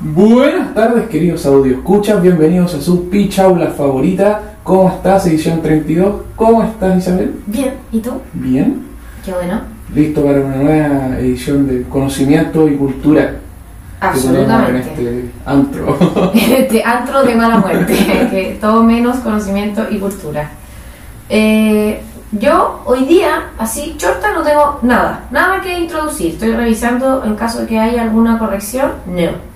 Buenas tardes, queridos audio escuchas. Bienvenidos a su pichaula favorita. ¿Cómo estás, edición 32? ¿Cómo estás, Isabel? Bien, ¿y tú? Bien. Qué bueno. Listo para una nueva edición de conocimiento y cultura que tenemos en Absolutamente. este antro. Este antro de mala muerte, que todo menos conocimiento y cultura. Eh, yo hoy día, así, chorta, no tengo nada, nada que introducir. Estoy revisando en caso de que haya alguna corrección. No.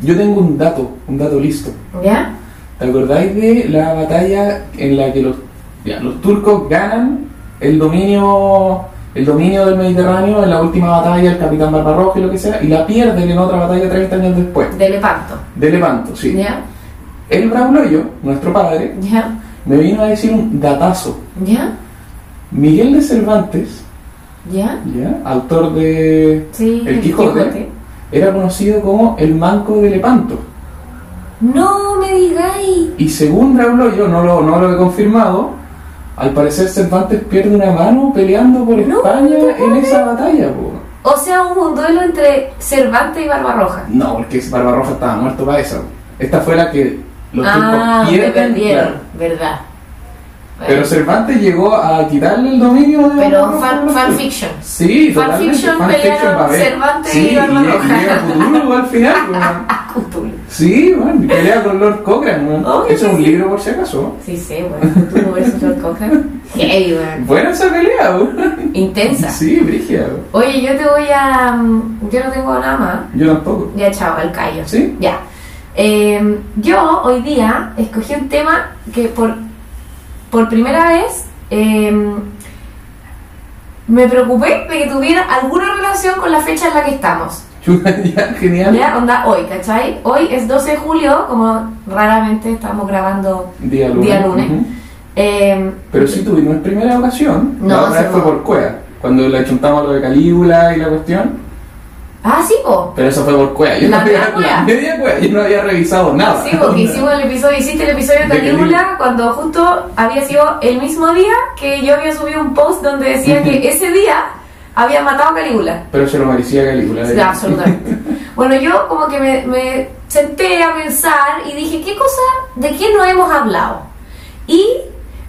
Yo tengo un dato, un dato listo. ¿Ya? ¿Te acordáis de la batalla en la que los, ya, los turcos ganan el dominio, el dominio del Mediterráneo en la última batalla, el capitán Barbarroja y lo que sea, y la pierden en otra batalla 30 años después? De Lepanto. De Lepanto, sí. ¿Ya? El Braulio, nuestro padre, ¿Ya? me vino a decir un datazo. ¿Ya? Miguel de Cervantes, ¿Ya? ¿ya? autor de Sí. El Quijote, era conocido como el Manco de Lepanto. No me digáis. Y según Braulio, no lo, no lo he confirmado, al parecer Cervantes pierde una mano peleando por No, España no en esa batalla. po. O sea, hubo un duelo entre Cervantes y Barbarroja. No, porque Barbarroja estaba muerto para esa. po. Esta fue la que los ah, turcos me pierden. perdieron, claro. ¿verdad? Pero Cervantes llegó a quitarle el dominio de Pero Barbarroja a fan, los turcos. fanfiction. Sí, Fan totalmente, fiction fan pelearon fiction va a haber. Cervantes sí, y Barba lle- Roja. llega Cthulhu al final, weón. Ah, Cthulhu. Sí, bueno, pelea con Lord Cochrane, weón. Obvio que Eso es un sí. libro por si acaso. Sí, sé, weón. Cthulhu versus Lord Cochrane. Hey, weón. Buena esa pelea, weón. Intensa. Sí, brígida, weón. Oye, yo te voy a. mm, Yo no tengo nada más. Yo tampoco. Ya, chao, al callo. ¿Sí? Ya. Eh, yo hoy día escogí un tema que por, por primera vez eh, me preocupé de que tuviera alguna relación con la fecha en la que estamos. Chuta, ya, genial. Ya, onda hoy, ¿cachai? Hoy es 12 de julio, como raramente estamos grabando. Día lunes. Día lunes. Ujú. eh, Pero sí tuvimos en primera ocasión. No, la otra sí, vez fue no. por Cuea. Cuando le chuntamos lo de Calígula y la cuestión. Ah, sí, po. Pero eso fue por Cuea. Yo La no había, media cuea. la media cuea. Yo no había revisado nada. Sí, porque hicimos el episodio, hiciste el episodio de De Calígula Calígula. cuando justo había sido el mismo día que yo había subido un post donde decía que ese día había matado a Calígula. Pero se lo merecía Calígula. Sí, de- absolutamente. Bueno, yo como que me, me senté a pensar y dije, ¿qué cosa de qué no hemos hablado? Y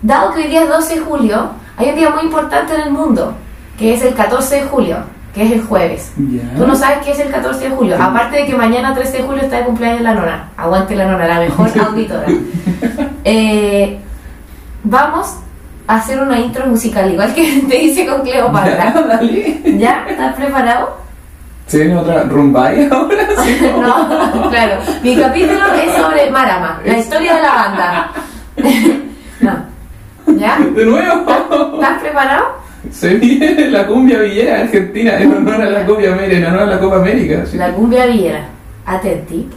dado que hoy día es 12 de julio, hay un día muy importante en el mundo, que es el 14 de julio, que es el jueves. Ya. Tú no sabes qué es el 14 de julio. Aparte de que mañana 13 de julio está de cumpleaños la nona. Aguante la nona, la mejor auditora. Eh, vamos a hacer una intro musical, igual que te hice con Ya, Cleopatra. dale. ¿Ya? ¿Estás preparado? ¿Se viene otra Rumbay ahora? Sí, como- No, claro. Mi capítulo es sobre Marama, la historia de la banda. No. ¿Ya? De nuevo. ¿Estás preparado? Se viene la cumbia villera argentina en honor a la cumbia América, en honor a la Copa América. sí. La cumbia villera. Atenti.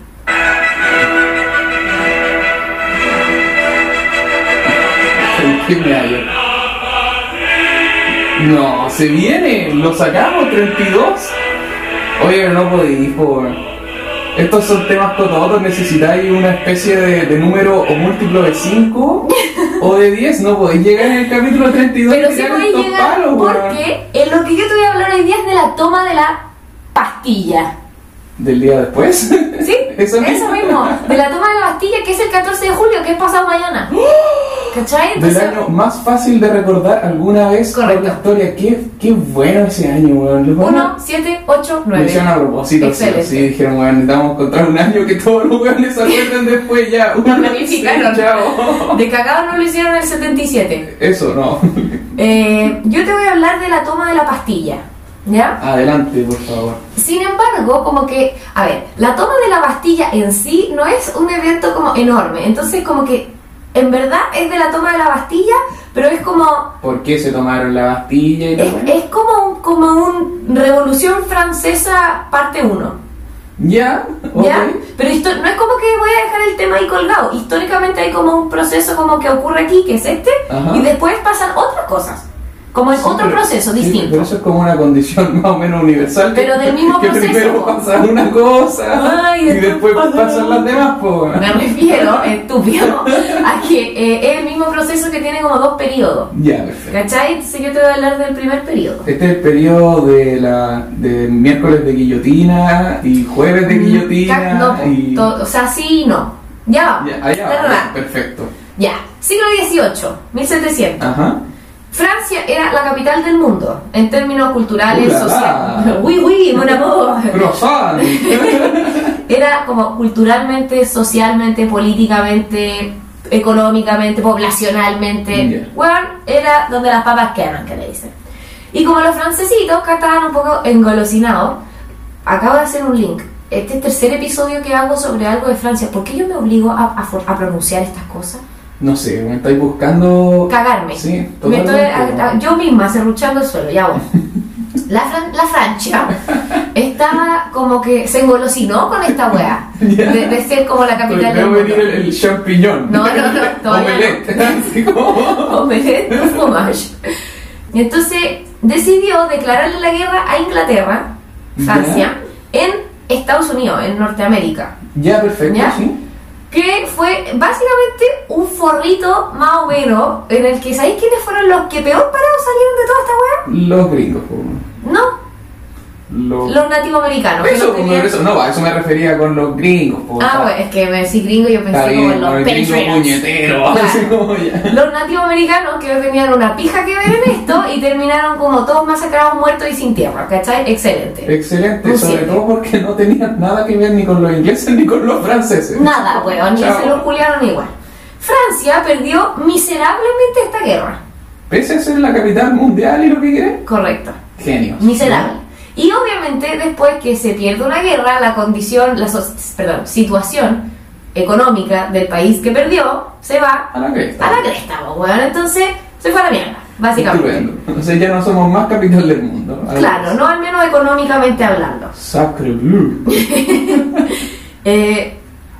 ¿Qué me hallo? No, se viene. Lo sacamos, 32. Oye, no podéis, por... Estos son temas cototos, necesitáis una especie de, de número o múltiplo de 5 o de 10, no podéis llegar en el capítulo 32 Pero y sí tirar voy a estos llegar palos, weón. porque en lo que yo te voy a hablar hoy día es de la toma de la pastilla. ¿Del día después? ¿Sí? Eso mismo. mismo. De la toma de la pastilla que es el 14 de julio, que es pasado mañana. ¿Cachai? ¡Ah! Del Entonces, año más fácil de recordar alguna vez por Correcto. la historia. Qué, qué bueno ese año, weón. Los 1, 7, 8, Lo 9. hicieron a propósito, sí, Excelente. sí, dijeron, bueno, necesitamos encontrar un año que todos los weones se acuerden después ya. Uno, planificaron. sí, chao. De cagado no lo hicieron en el 77. Eso no. Eh, yo te voy a hablar de la toma de la pastilla, ¿ya? Adelante, por favor. Sin embargo, como que, a ver, la toma de la pastilla en sí no es un evento como enorme, entonces como que en verdad es de la toma de la pastilla, pero es como ¿Por qué se tomaron la Bastilla y la es, weá? es como un, como un Revolución Francesa parte 1. Ya, ok. ¿Ya? Pero histo- no es como que voy a dejar el tema ahí colgado. Históricamente hay como un proceso como que ocurre aquí, que es este, Ajá. y después pasan otras cosas. Como en Sí, otro pero- proceso sí, distinto. Pero eso es como una condición más o menos universal. Pero del mismo que proceso, primero po. pasa una cosa Ay, y después pasa- pasan las demás, po. Me refiero, estúpido, a que eh, es el mismo proceso que tiene como dos periodos. Ya, perfecto. ¿Cachai? Entonces yo te voy a hablar del primer periodo. Este es el periodo de la de miércoles de guillotina y jueves de guillotina Mm, No, po, y to- o sea, sí y no. Ya vamos. ya, allá, Tardará. ya, perfecto. Ya. Siglo XVIII, 1700. Ajá. Francia era la capital del mundo en términos culturales, Ulala. sociales. Oui, oui, mon amour. Croissant. Era como culturalmente, socialmente, políticamente, económicamente, poblacionalmente. Ya. Weón, era donde las papas queman, que le dicen. Y como los francesitos que estaban un poco engolosinados, acabo de hacer un link. Este tercer episodio que hago sobre algo de Francia, ¿por qué yo me obligo a, a for- a pronunciar estas cosas? no sé, me estáis buscando cagarme. Sí, Me estoy totalmente. a- a- yo misma cerruchando el suelo, ya bueno. La, Fran- la Francia estaba como que se engolosinó con esta weá Ya. de, de ser como la capital Veo del venir el, mundo. el champiñón. No, no, no, todavía no. Omelette. Así como- Omelette au fromage. Y entonces decidió declararle la guerra a Inglaterra, Francia, en Estados Unidos, en Norteamérica. Ya, perfecto, ¿Ya? sí. que fue básicamente un forrito más o menos en el que ¿sabéis quiénes fueron los que peor parados salieron de toda esta weá? Los gringos, po. No, Los... los nativoamericanos. que Eso, no po, tenían- eso, no, a eso me refería con los gringos, po. Ah, Está- bueno, es que me decís gringo y yo pensé Está como bien, en con el los gringo patriots. puñetero. Claro. Así como ya. Los nativoamericanos que no tenían una pija que ver en esto y terminaron como todos masacrados, muertos y sin tierra, ¿cachai? Excelente. Excelente, Un sobre siete. todo porque no tenían nada que ver ni con los ingleses ni con los franceses. Nada, weón, ni Chao. se los culiaron igual. Francia perdió miserablemente esta guerra. Pese a ser la capital mundial y lo que quieren. Correcto. Genios. miserable. Y obviamente después que se pierde una guerra, la condición, la so- perdón, situación económica del país que perdió se va A la cresta. a la cresta, po, weón. Entonces se fue a la mierda, básicamente. Estupendo. Entonces ya no somos más capital del mundo. Claro, no al menos económicamente hablando. Sacre bleu. Eh,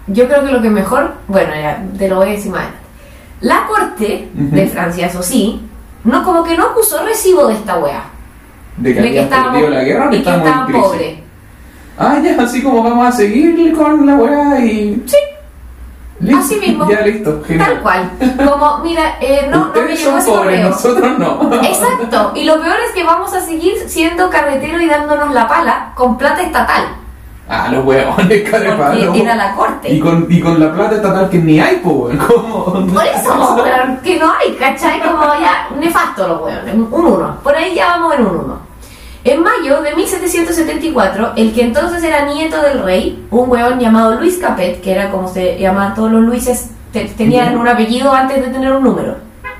yo creo que lo que mejor, bueno, ya te lo voy a decir más. adelante. La corte de Ujú. Francia, eso sí, no como que no acusó recibo de esta weá. De que de que habían estábamos, perdido la guerra, que y que estamos en estaban crisis. pobres. Ah, ya, así como vamos a seguir con la weá y. Sí. Listo. Así mismo. Ya listo, genial. Tal cual. Como, mira, eh, no, no me Ustedes llegó son ese pobres, correo. nosotros no. Exacto. Y lo peor es que vamos a seguir siendo carretero y dándonos la pala con plata estatal. Ah, los huevones, carepalo. Porque era la corte. Y con, y con la plata estatal que ni hay, po, weón. ¿Cómo? Por eso, weón, que no hay, ¿cachai? Como ya, nefasto los weones, un uno. Por ahí ya vamos en un uno. En mayo de 1774, el que entonces era nieto del rey, un weón llamado Luis Capet, que era como se llamaban todos los Luises, te- tenían un apellido antes de tener un número.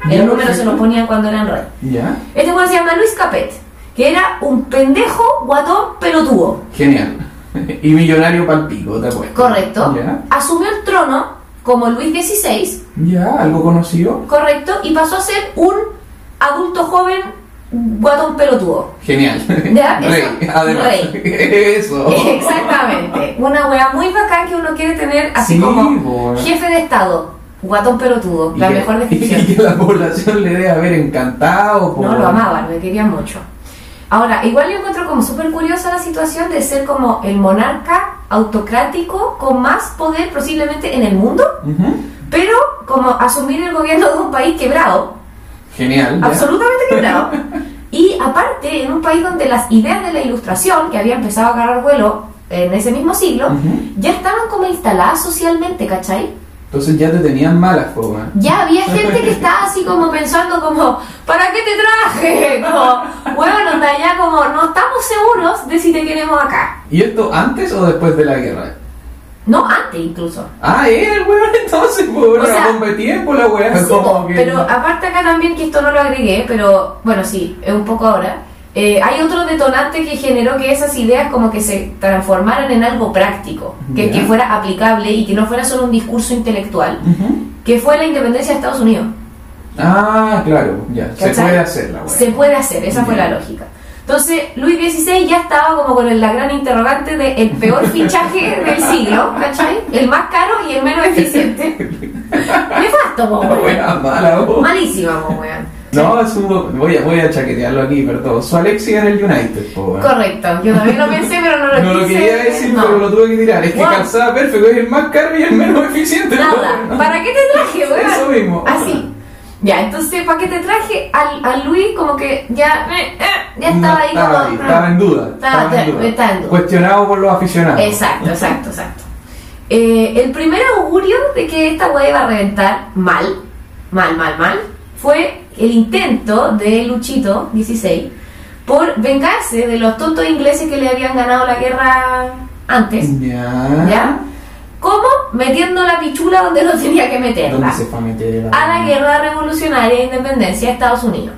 Ya, El número se perfecto. lo ponían cuando eran rey. Ya, Este weón se llama Luis Capet, que era un pendejo guatón pelotudo. genial. Y millonario pal pico, te apuesto. Correcto. Ya, Asumió el trono como Luis XVI, ya, algo conocido. correcto, y pasó a ser un adulto joven guatón pelotudo. Genial. Ya, Rey, eso. además. Rey. Eso. Exactamente. Una wea muy bacán que uno quiere tener así Sí, como po. jefe de Estado, guatón pelotudo, Y la que- mejor Y definición. que la población le debe haber encantado, po. No, lo amaban, me querían mucho. Ahora, igual yo encuentro como súper curiosa la situación de ser como el monarca autocrático con más poder posiblemente en el mundo, Ujú. pero como asumir el gobierno de un país quebrado, Genial. ya. absolutamente quebrado. Y aparte, en un país donde las ideas de la ilustración, que había empezado a agarrar vuelo en ese mismo siglo, Ujú. ya estaban como instaladas socialmente, ¿cachai? Entonces ya te tenían malas, po, weón. Ya había gente que estaba así como pensando como, ¿para qué te traje? Como, bueno, onda, ya como, no estamos seguros de si te queremos acá. ¿Y esto antes o después de la guerra? No antes incluso. Ah, era el weón entonces, po, O era sea, una bomba de tiempo la weá. Sí, como po, que- pero aparte acá también, que esto no lo agregué, pero bueno, sí, es un poco ahora. eh, hay otro detonante que generó que esas ideas como que se transformaran en algo práctico, que, Ya. que fuera aplicable y que no fuera solo un discurso intelectual, Ujú. que fue la independencia de Estados Unidos. Ah, claro, ya. Se ¿Cachai? puede hacer la weá. Se puede hacer, esa fue Ya. la lógica. Entonces, Luis XVI ya estaba como con el- la gran interrogante de el peor fichaje del siglo, ¿cachai? El más caro y el menos eficiente. Nefasto, po, La weón. weá mala, po. Malísima, po, weón. No, es un. Voy a, voy a chaquetearlo aquí, perdón. Su Alexis en el United, po, weón. Correcto, yo también lo pensé, pero no lo No lo quise. quería decir, no. pero lo tuve que tirar. Es que Wow. calzaba perfecto, es el más caro y el menos eficiente. Nada, po. ¿para qué te traje, weón? Eso mismo. Así. Ya, entonces, ¿para qué te traje? Al, a Luis, como que ya, eh, eh, ya No estaba ahí como. estaba, ahí, estaba en duda. Estaba- estaba en duda. estaba en duda. Cuestionado por los aficionados. Exacto, exacto, exacto. Eh, el primer augurio de que esta weá iba a reventar mal, mal, mal, mal, fue el intento de Luchito, 16, por vengarse de los tontos ingleses que le habían ganado la guerra antes, Ya. ¿ya? Como metiendo la pichula donde no tenía que ¿Dónde meterla, se fue a meter? a la guerra revolucionaria de independencia de Estados Unidos,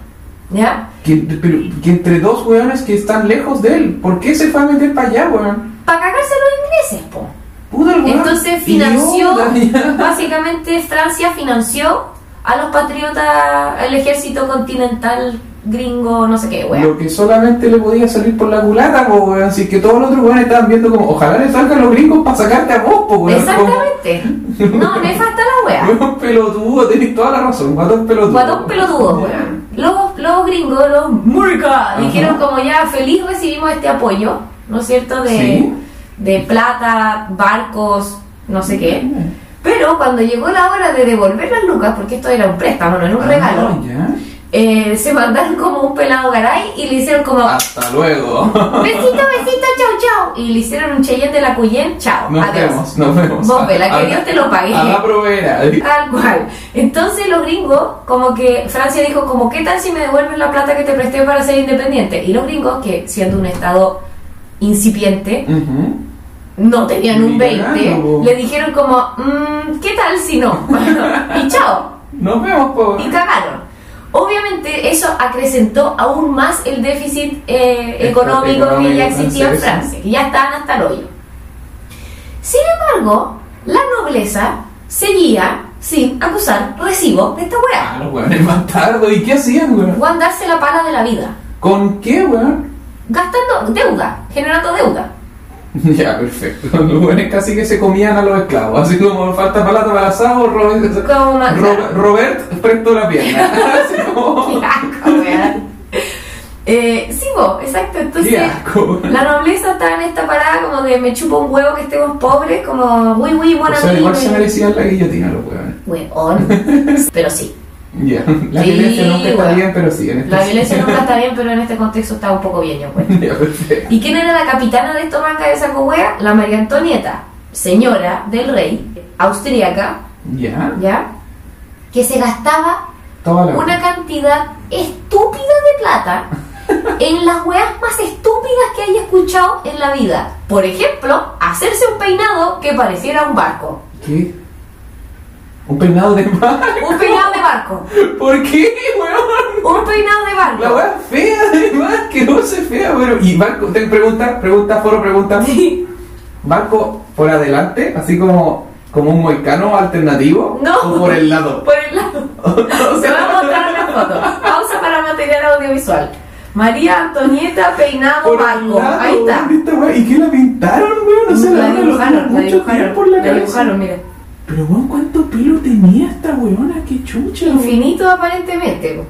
¿ya? Que, pero, que entre dos weones que están lejos de él. ¿Por qué se fue a meter para allá, weón? Para cagarse a los ingleses, po. Puta el weón. Entonces financió, idiota, ya. básicamente Francia financió a los patriotas, al ejército continental gringo, no sé qué, wea. Lo que solamente le podía salir por la culata, po, weón. Así que todos los otros weones estaban viendo como, ojalá le salgan los gringos para sacarte a vos, po, weón. Exactamente. No, nefasta la Como, wea. Weón pelotudo, tenés toda la razón. Guatón pelotudo. Guatón pelotudo, Ya. wea. Los, los gringos, los murica, dijeron como ya feliz recibimos este apoyo, ¿no es cierto? De, Sí. de plata, barcos, no sé qué. Pero cuando llegó la hora de devolver las lucas, porque esto era un préstamo, no era un regalo, Ah, ya. eh, se mandaron como un pelado garay y le hicieron como Hasta luego. besito, besito, chau, chau. Y le hicieron un cheyenne de la Cuyen, chao, Nos adiós. vemos, nos vemos. Vos vela, que A- Dios te lo pague. A la provera. Tal cual. Entonces los gringos, como que Francia dijo, como qué tal si me devuelves la plata que te presté para ser independiente. Y los gringos, que siendo un estado incipiente, Ujú. no tenían un Ni 20, cagando, po. le dijeron como, "Mm, ¿qué tal si no? y chao Nos vemos, po. y cagaron. Obviamente eso acrecentó aún más el déficit eh, económico que ya existía en francés. Francia, que ya estaban hasta el hoyo. Sin embargo, la nobleza seguía sin acusar recibo de esta Ah, weá. los weones más tardo. ¿Y qué hacían, weón? Juan darse la pala de la vida, ¿Con qué, weón? gastando deuda, generando deuda. Ya, perfecto. Los weones casi que se comían a los esclavos. Así como falta palata para el asado, Robert, Como una- Ro- Robert prestó la pierna. Así como. Qué asco, weá. Eh, sí, vos, exacto. Entonces, Qué asco. La nobleza está en esta parada como de me chupa un huevo que estemos pobres, como uy, uy, O buena sea, igual se merecían la guillotina los weones. Huevón. Pero sí, Ya. La Sí, violencia nunca está weón. bien, pero sí. En este la sí. violencia nunca está bien, pero en este contexto está un poco bien, yo encuentro. Ya, perfecto. ¿Y quién era la capitana de esta manga de saco hueá? La María Antonieta, señora del rey, austríaca, Ya. ¿ya? Que se gastaba Toda la. una cantidad estúpida de plata en las weas más estúpidas que haya escuchado en la vida. Por ejemplo, hacerse un peinado que pareciera un barco. ¿Qué? ¿Un peinado de mar? Un peinado de barco. ¿Por qué, weón? Un peinado de La barco. weá fea, además, que no se fea, pero. Y barco, te pregunta, pregunta, foro, pregunta. ¿Barco por adelante? Así como, como un moicano alternativo. No. O por el lado. Por el lado. O Se va sea, a mostrar una foto. Pausa para material audiovisual. María Antonieta peinado por barco. el lado. Ahí está. weón, esta weá. ¿Y qué la pintaron, weón? No sé, la, La weá lo dibujaron, tuvo la mucho tirar dibujaron. por la La cabeza. dibujaron, mira. Pero, weón, ¿cuánto pelo tenía esta weona? Qué chucha, weón. Infinito aparentemente. po.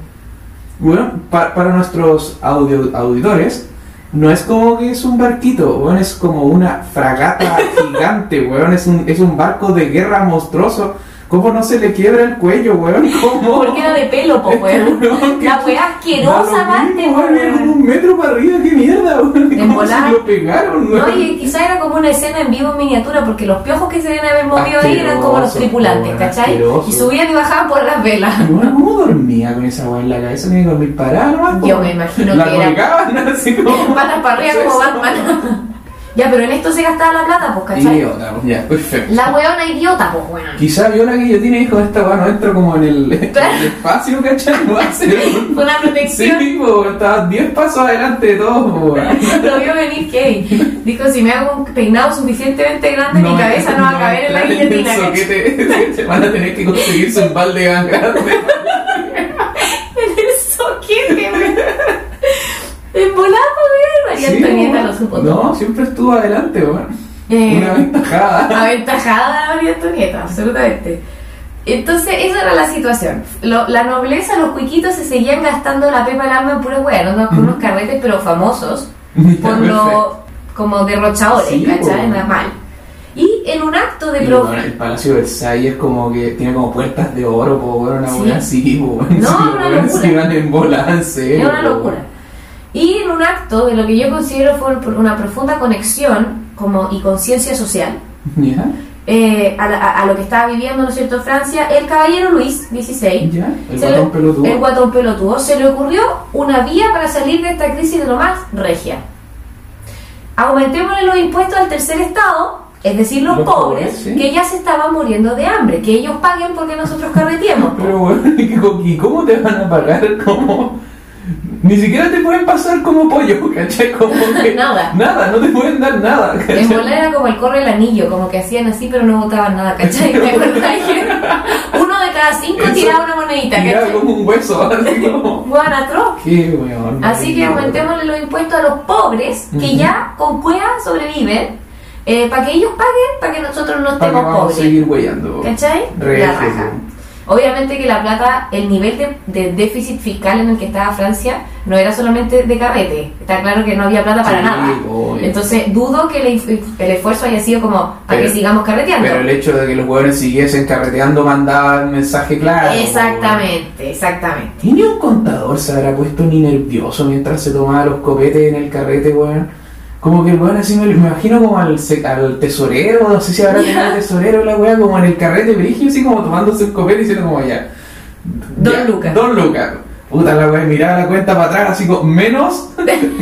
Bueno, pa- para nuestros audio- auditores, no es como que es un barquito, weón, es como una fragata gigante, weón, es un, es un barco de guerra monstruoso. ¿Cómo no se le quiebra el cuello, weón? ¿Cómo? Porque era de pelo, Este po, weón. La weá asquerosa, aparte, aparte, weón. weón. era como un metro para arriba, qué mierda, weón. En ¿Cómo se volar. lo pegaron, weón? No, y quizá era como una escena en vivo en miniatura, porque los piojos que se deben haber movido ahí eran como los Asqueroso, tripulantes, weón, ¿cachai? asqueroso. Y subían y bajaban por las velas. Weón, ¿Cómo dormía con esa weón en la cabeza? Tenía que dormir parada, nomás, Yo po. me imagino la que era- colgaban así como. Patas para arriba como Batman. ya, pero en esto se gastaba la plata, pues, ¿cachai? Idiota, ya, perfecto. La weona idiota, pues, weón. Quizá vio la guillotina y dijo, esta weá no entra como en el, en el espacio, ¿cachai? No hace Fue una Sí, protección. po, estaba 10 pasos adelante de todos, po, weón. Lo vio venir Kate. Dijo, si me hago un peinado suficientemente grande, mi cabeza no va a caber en la entra guillotina. el ¿cachai? soquete, se van a tener que conseguirse un balde más grande. En el soquete, weón. En volado, weón. María Sí, Antonieta po, lo supo todo. No, siempre estuvo adelante, weón. Eh, Una ventajada. Aventajada María Antonieta, absolutamente. Entonces, esa era la situación. Lo- la nobleza, los cuiquitos se seguían gastando la pepa al alma en puras weas, ¿no? con unos carretes, pero famosos, por lo, como derrochadores, Sí, ¿cachai? po. Normal. Y en un acto de Y, pro- bueno, el Palacio de Versalles es como que tiene como puertas de oro, po, weón, una Sí. weá así, po, weón. No, sí, una weón, locura. sí, van en bola, en Es serio, una po, locura. Y en un acto de lo que yo considero fue una profunda conexión como, y conciencia social ¿Ya? eh, a, la- a- a lo que estaba viviendo, ¿no es cierto?, Francia, el caballero Luis XVI, ¿Ya? El se guatón le- pelotudo. el guatón pelotudo, se le ocurrió una vía para salir de esta crisis de lo más regia. Aumentémosle los impuestos al tercer estado, es decir, los, Los pobres, pobres, sí. que ya se estaban muriendo de hambre, que ellos paguen porque nosotros carreteamos. po. Pero bueno, ¿y cómo te van a pagar como...? Ni siquiera te pueden pasar como pollo, ¿cachai? Como que- Nada. Nada, no te pueden dar nada, ¿cachai? En volar era como el corre el anillo, como que hacían así, pero no botaban nada, ¿cachai? ¿Te acordás? Uno de cada cinco Eso- tiraba una monedita, Tiraba ¿cachai? como un hueso, así como... Weón, atroz. Qué weón. Así que aumentémosle los impuestos a los pobres que Ujú. ya con cueva sobreviven, para que ellos paguen, para que nosotros no Para que estemos vamos a pobres. seguir huellando. ¿Cachai? Re La ejemplo. raja. Obviamente que la plata, el nivel de, de déficit fiscal en el que estaba Francia no era solamente de carrete. Está claro que no había plata para Sí, nada. obvio. Entonces dudo que el, inf- el esfuerzo haya sido como a que Pero- sigamos carreteando. Pero el hecho de que los hueones siguiesen carreteando mandaba el mensaje claro. Exactamente, exactamente. ¿Tiene un contador se habrá puesto ni nervioso mientras se tomaba los copetes en el carrete, weón? Como que el weón así me, lo- me imagino como al, se- al tesorero, no sé si habrá tenido tesorero la weá, como en el carrete brillo, así como tomándose un copete y diciendo como ya. Don ya, Lucas. Don Lucas. Puta la weá, miraba la cuenta para atrás, así como menos,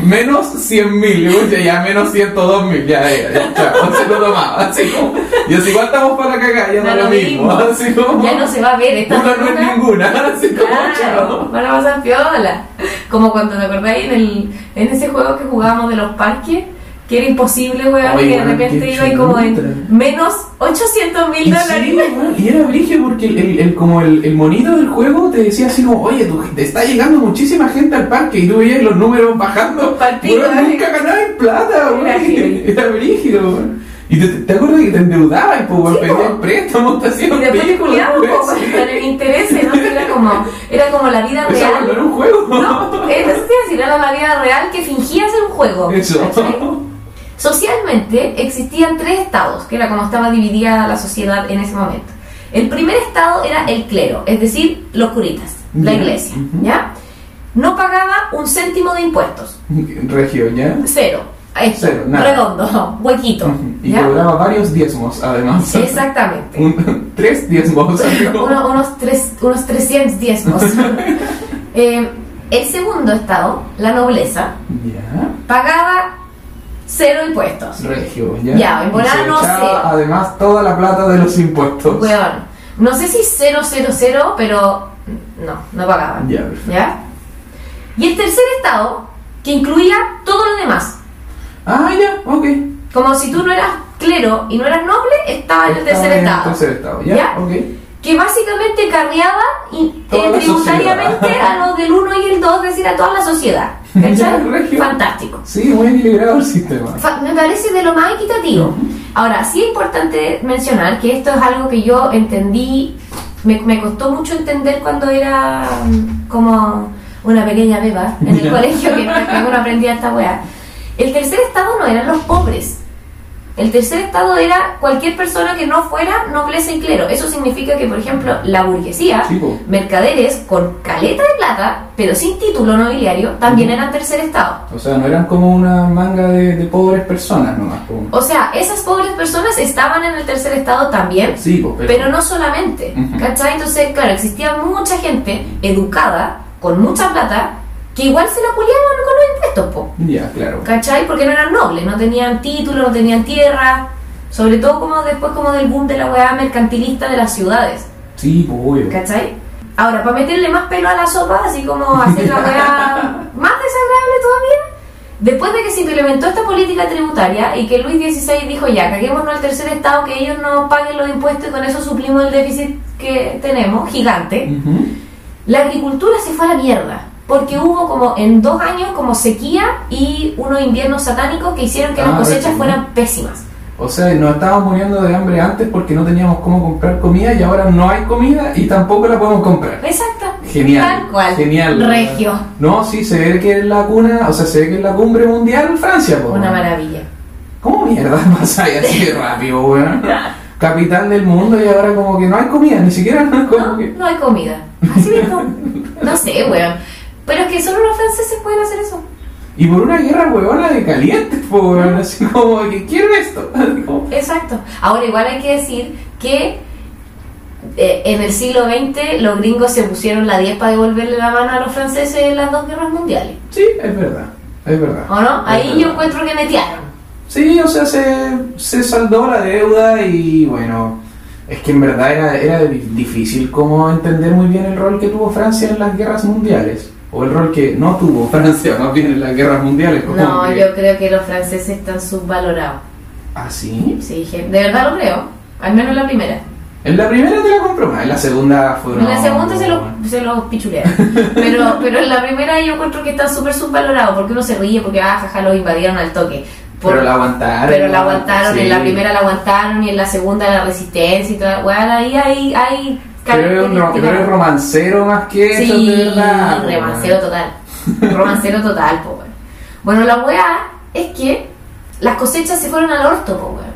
menos 100 mil, ya menos 102 mil, ya, ya, ya, chao, se lo tomaba, así como. Y así igual estamos para cagar, ya no, Da lo lo mismo, mismo. así como. Ya no se va a ver esta Puta, no es luna. ninguna, así como, Claro, chao. van a pasar piola. Como cuando te acordáis en, el, en ese juego que jugábamos de los parques, que era imposible, weón, Ay, y que de weón, repente qué iba y como en chuta. menos 800 mil Y dólares. sí, weón, y era brillo porque el, el- el- como el, el monito del juego te decía así como, oye, tú- te está llegando muchísima gente al parque y tú veías los números bajando. Partido, Weón, así. nunca ganabas en plata, weón. Era gil. Era brígido, weón. Y te, te acuerdas que te endeudabas y pues, Sí, pedías po. préstamos, te Y hacían después te películas, culiaban, weón, po, sí. para tener intereses, ¿no? Era como, era como la vida Eso cuando era real. un juego. No, eh, eso te iba a decir, era la vida real que fingía ser un juego. Eso. ¿cachai? Socialmente existían tres estados, que era como estaba dividida la sociedad en ese momento. El primer estado era el clero, es decir, los curitas, la Ya, iglesia, ujú. ¿ya? No pagaba un céntimo de impuestos, Regio, ¿ya? cero, esto, Cero, nada. redondo, huequito, Y ¿ya? cobraba varios diezmos, además. Exactamente. Un- tres diezmos. así como- Uno- unos, tres, unos 300 diezmos. Eh, el segundo estado, la nobleza, Ya. pagaba cero impuestos. Regio, ya. Ya, en volada Y se no echaba, sé. Además, toda la plata de los impuestos. Weón, no sé si 000, pero no, no pagaban. Ah, Ya, perfecto. ¿Ya? Y el tercer estado, que incluía todo lo demás. Ah, ya, ok. Como si tú no eras clero y no eras noble, estaba en Ah, el Estaba tercer en el estado. tercer estado, ya, ok. Que básicamente carriaba y, Toda eh, la tributariamente sociedad. a los del 1 y el 2, es decir, a toda la sociedad. ¿Cachai? Ya, regio. Fantástico. Sí, muy equilibrado el sistema. Fa- Me parece de lo más equitativo. Ahora, sí es importante mencionar que esto es algo que yo entendí, me, me costó mucho entender cuando era mm, como una pequeña beba en el Ya. colegio, que no uno aprendía esta weá. El tercer estado no eran los pobres. El tercer estado era cualquier persona que no fuera nobleza y clero. Eso significa que, por ejemplo, la burguesía, Sí, po. mercaderes con caleta de plata, pero sin título nobiliario, también Ujú. eran tercer estado. O sea, no eran como una manga de, de pobres personas nomás. como- O sea, esas pobres personas estaban en el tercer estado también, Sí, pues, pero, pero no solamente, Ujú. ¿cachai? Entonces, claro, existía mucha gente educada, con mucha plata, que igual se la culiaban con los impuestos, po, Ya, claro. ¿cachai? Porque no eran nobles, no tenían título, no tenían tierra, sobre todo como después como del boom de la weá mercantilista de las ciudades, Sí, pues, obvio. ¿cachai? Ahora, para meterle más pelo a la sopa, así como hacer la weá más desagradable todavía, después de que se implementó esta política tributaria y que Luis XVI dijo ya, caguémonos al tercer estado, que ellos no paguen los impuestos y con eso suplimos el déficit que tenemos, gigante, Ujú. la agricultura se fue a la mierda. Porque hubo como en dos años como sequía y unos inviernos satánicos que hicieron que Ah, las cosechas sí. fueran pésimas. O sea, nos estábamos muriendo de hambre antes porque no teníamos cómo comprar comida y ahora no hay comida y tampoco la podemos comprar. Exacto. Genial. Tal cual. Genial. Regio. No, sí, se ve que es la cuna, o sea, se ve que es la cumbre mundial Francia, po, Una weón. maravilla. ¿Cómo mierda pasa ahí así de rápido, weón? Capital del mundo y ahora como que no hay comida, ni siquiera como No, que... no hay comida. Así mismo. No sé, weón. Pero es que solo los franceses pueden hacer eso. Y por una guerra huevona de caliente, po, weón, así como que quiero esto. Así como- Exacto. Ahora igual hay que decir que eh, en el siglo XX los gringos se pusieron la 10 para devolverle la mano a los franceses en las dos guerras mundiales. Sí, es verdad, es verdad. ¿O no? Es Ahí yo verdad. encuentro que netearon. Sí, o sea, se, se saldó la deuda y bueno, es que en verdad era, era difícil como entender muy bien el rol que tuvo Francia en las guerras mundiales, o el rol que no tuvo Francia más bien en las guerras mundiales. como No, que- yo creo que los franceses están subvalorados. ¿Ah, sí? Sí, gen- de verdad lo creo. Al menos la primera. En la primera te la compró, en la segunda fue En la no, segunda se los se lo pichulearon. Pero, pero en la primera yo encuentro que está súper subvalorado porque uno se ríe porque, ah, jaja, lo invadieron al toque. Por- Pero la aguantaron. pero la aguantaron, sí. en la primera la aguantaron y en la segunda la resistencia y toda. Bueno, ahí hay, hay Pero es un ro- pero es romancero más que eso, Sí, de verdad. pues, romancero total. Romancero total, po, weón. Bueno, la weá es que las cosechas se fueron al orto, po, weón.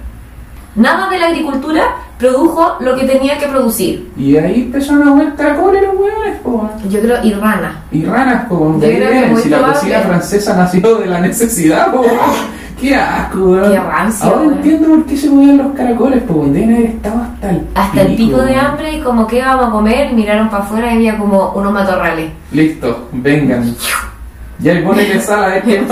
Nada de la agricultura produjo lo que tenía que producir. Y ahí empezaron a ver caracoles los huevones, po, weón. Yo creo, y rana. Y raras, como Yo de ahí creo que vienen, muy si la probable. cocina francesa nació de la necesidad, po. Qué asco, weón. Qué rancio, Ahora weón. entiendo por qué se movían los caracoles, po. Deben haber estado hasta el Hasta el pico de weón. hambre y como que vamos a comer, miraron para afuera y había como unos matorrales. Listo, vengan. Ya le ponele sal a este.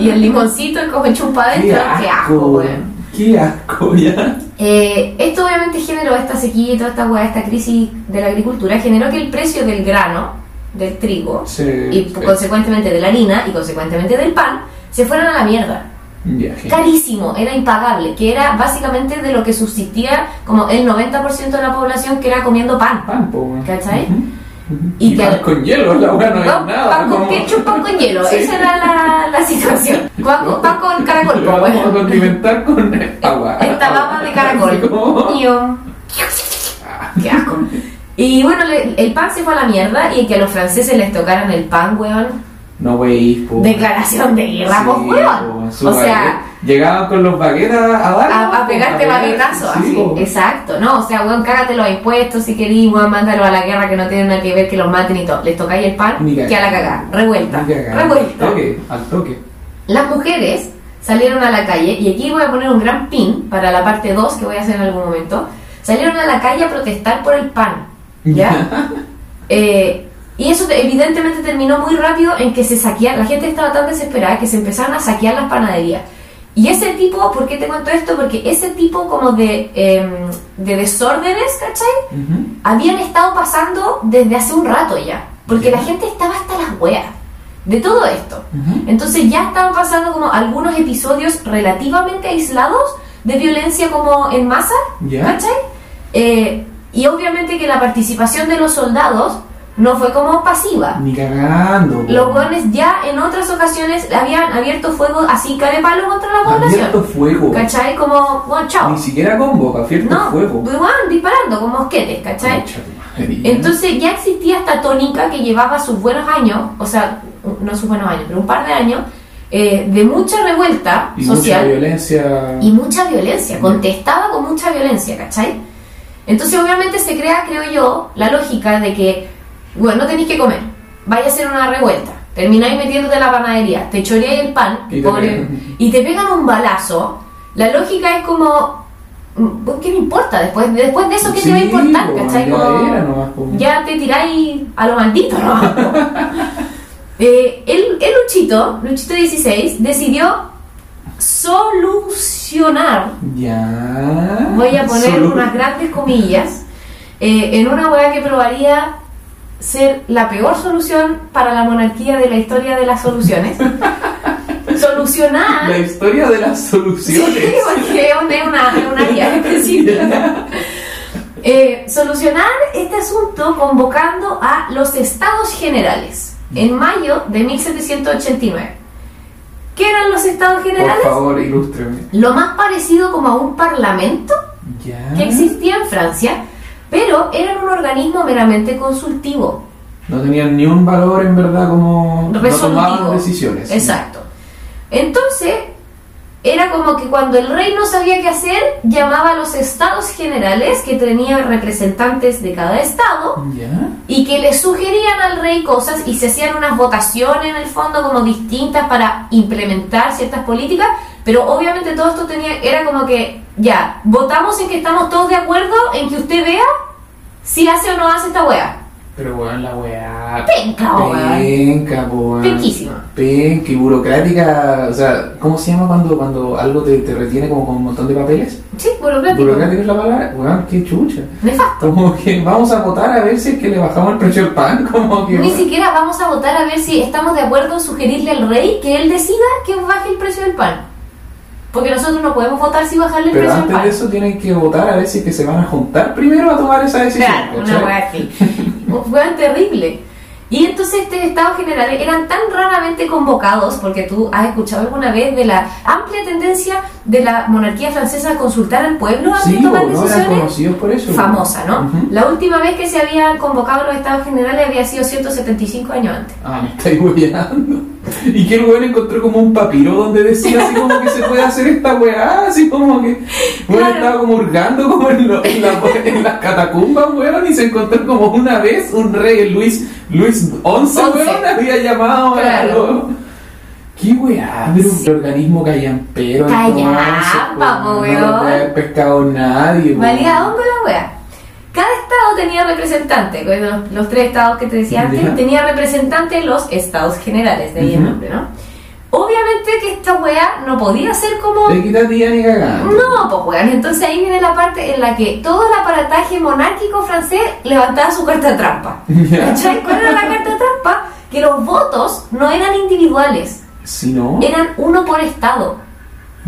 y el limoncito es como chupa Qué adentro. Qué asco, weón. Qué asco, ya. Eh, esto obviamente generó esta sequía y toda esta weá, esta crisis de la agricultura, generó que el precio del grano, del trigo, Se- y pues, se- consecuentemente de la harina y consecuentemente del pan, se fueron a la mierda. Ya, gente. Carísimo, era impagable, que era básicamente de lo que subsistía como el 90% de la población que era comiendo pan. Pan, po, weón. ¿Cachai? Ujú, ujú. Y Y, que- pan con hielo, la weá no es Pan, nada. pan con como- ketchup, pan con hielo, Sí. esa era la, la situación. Pan, con- pan con caracol, Lo pues, vamos a bueno. condimentar con agua. Esta baba de caracol. Como- Y yo, "Ah, Qué asco. Y bueno, le- el pan se fue a la mierda y que a los franceses les tocaran el pan, weón. No, wey, po. Declaración de guerra, Oh. Sí, pues, weón. po, su O sea, baguette. llegaban con los baguetas a dar. a, a pegarte baguetazo, Sí, así. po. Exacto, ¿no? O sea, weón, cágate los impuestos si querís, weón, mándalo a la guerra que no tiene nada que ver, que los maten y todo. Les tocáis el pan, Ni que a la cagá. Revuelta, Ni cagada. revuelta. Al toque, al toque. Las mujeres salieron a la calle, y aquí voy a poner un gran pin para la parte 2 que voy a hacer en algún momento, salieron a la calle a protestar por el pan, ¿ya? Eh, y eso te- evidentemente terminó muy rápido en que se saquearon, la gente estaba tan desesperada que se empezaron a saquear las panaderías. Y ese tipo, ¿por qué te cuento esto? Porque ese tipo como de, em, de desórdenes, ¿cachai? Ujú. Habían estado pasando desde hace un rato ya, porque la gente estaba hasta las weas de todo esto. Ujú. Entonces ya estaban pasando como algunos episodios relativamente aislados de violencia como en masa, Ya. ¿cachai? Eh, y obviamente que la participación de los soldados no fue como pasiva. Ni cagando. po. Los guanes ya en otras ocasiones habían abiererto fuego así carepalo contra la Abierto población. fuego. ¿Cachai? Como, bueno, chao. Ni siquiera con boca, abierto No, fuego. igual disparando con mosquetes, ¿cachai? Mucha madre. Entonces ya existía esta tónica que llevaba sus buenos años, o sea, no sus buenos años, pero un par de años, eh, de mucha revuelta y social mucha violencia. y mucha violencia, contestaba con mucha violencia, ¿cachai? Entonces obviamente se crea, creo yo, la lógica de que, bueno, no tenéis que comer, vaya a ser una revuelta, termináis metiéndote a la panadería, te choreáis el pan, Y te pobre, pegan. y te pegan un balazo, la lógica es como, mm, ¿qué me importa? Después, después de eso, ¿qué Sí, te va a importar? po, ¿Cachai? ya Como- era nomás, po. ya te tiráis a lo maldito, ¿no? Eh, el, el Luchito, Luchito 16, decidió solucionar, Ya. voy a poner Solo- unas grandes comillas, eh, en una hueá que probaría ser la peor solución para la monarquía de la historia de las soluciones. Solucionar La historia de las Sí, soluciones. porque es una- es una, es una guía específica. Eh, solucionar este asunto convocando a los estados generales en mayo de 1789. ¿Qué eran los estados Por generales? favor, ilústreme. Lo más parecido como a un parlamento Ya. que existía en Francia, pero eran un organismo meramente consultivo. No tenían ni un valor en verdad como resolutivo. no tomaban decisiones. Exacto. Entonces, era como que cuando el rey no sabía qué hacer, llamaba a los estados generales, que tenían representantes de cada estado, Ya. y que le sugerían al rey cosas y se hacían unas votaciones en el fondo como distintas para implementar ciertas políticas, pero obviamente todo esto tenía, era como que, ya, votamos en que estamos todos de acuerdo en que usted vea si hace o no hace esta wea. Pero weón, la weá. Penca, weón. Penca, po, weón. Penquísima. Penca y burocrática. O sea, ¿cómo se llama cuando, cuando algo te, te retiene como con un montón de papeles? Sí, burocrático. Burocrática es la palabra. Weón, qué chucha. Nefasto. Como que vamos a votar a ver si es que le bajamos el precio al pan. Como que. Ni siquiera vamos a votar a ver si estamos de acuerdo en sugerirle al rey que él decida que baje el precio del pan. Porque nosotros no podemos votar si bajarle el Pero precio del antes pan. de eso tienen que votar a ver si es que se van a juntar primero a tomar esa decisión. claro, una ¿cachai? hueá así. Hueá terrible. Y entonces estos estados generales eran tan raramente convocados, porque tú has escuchado alguna vez de la amplia tendencia de la monarquía francesa a consultar al pueblo antes Sí, de tomar po, no eran decisiones. conocidos por eso. Famosa, ¿no? Ujú. La última vez que se habían convocado los estados generales había sido 175 años antes. Ah, me estáis hueveando. Y que el weón encontró como un papiro donde decía así como que se puede hacer esta weá, así como que. Weón Claro. estaba como hurgando como en, lo- en la- en las catacumbas, weón, y se encontró como una vez un rey, el Luis, Luis XI, weón, había llamado Claro. a lo- Qué weá, pero un organismo callampero. Callampa, entonces, po, No weón. lo trae pescado nadie, weón. Valía hongo la wea. Cada estado tenía representante, con los, los tres estados que te decía antes, Ya. tenía representante los estados generales, de ahí el Ujú. nombre, ¿no? Obviamente que esta wea no podía ser como... Le quita tía ni cagando. No, pues weón, entonces ahí viene la parte en la que todo el aparataje monárquico francés levantaba su carta trampa. Ya. ¿Cachai? ¿Cuál era la carta trampa? Que los votos no eran individuales, Si no. eran uno por estado.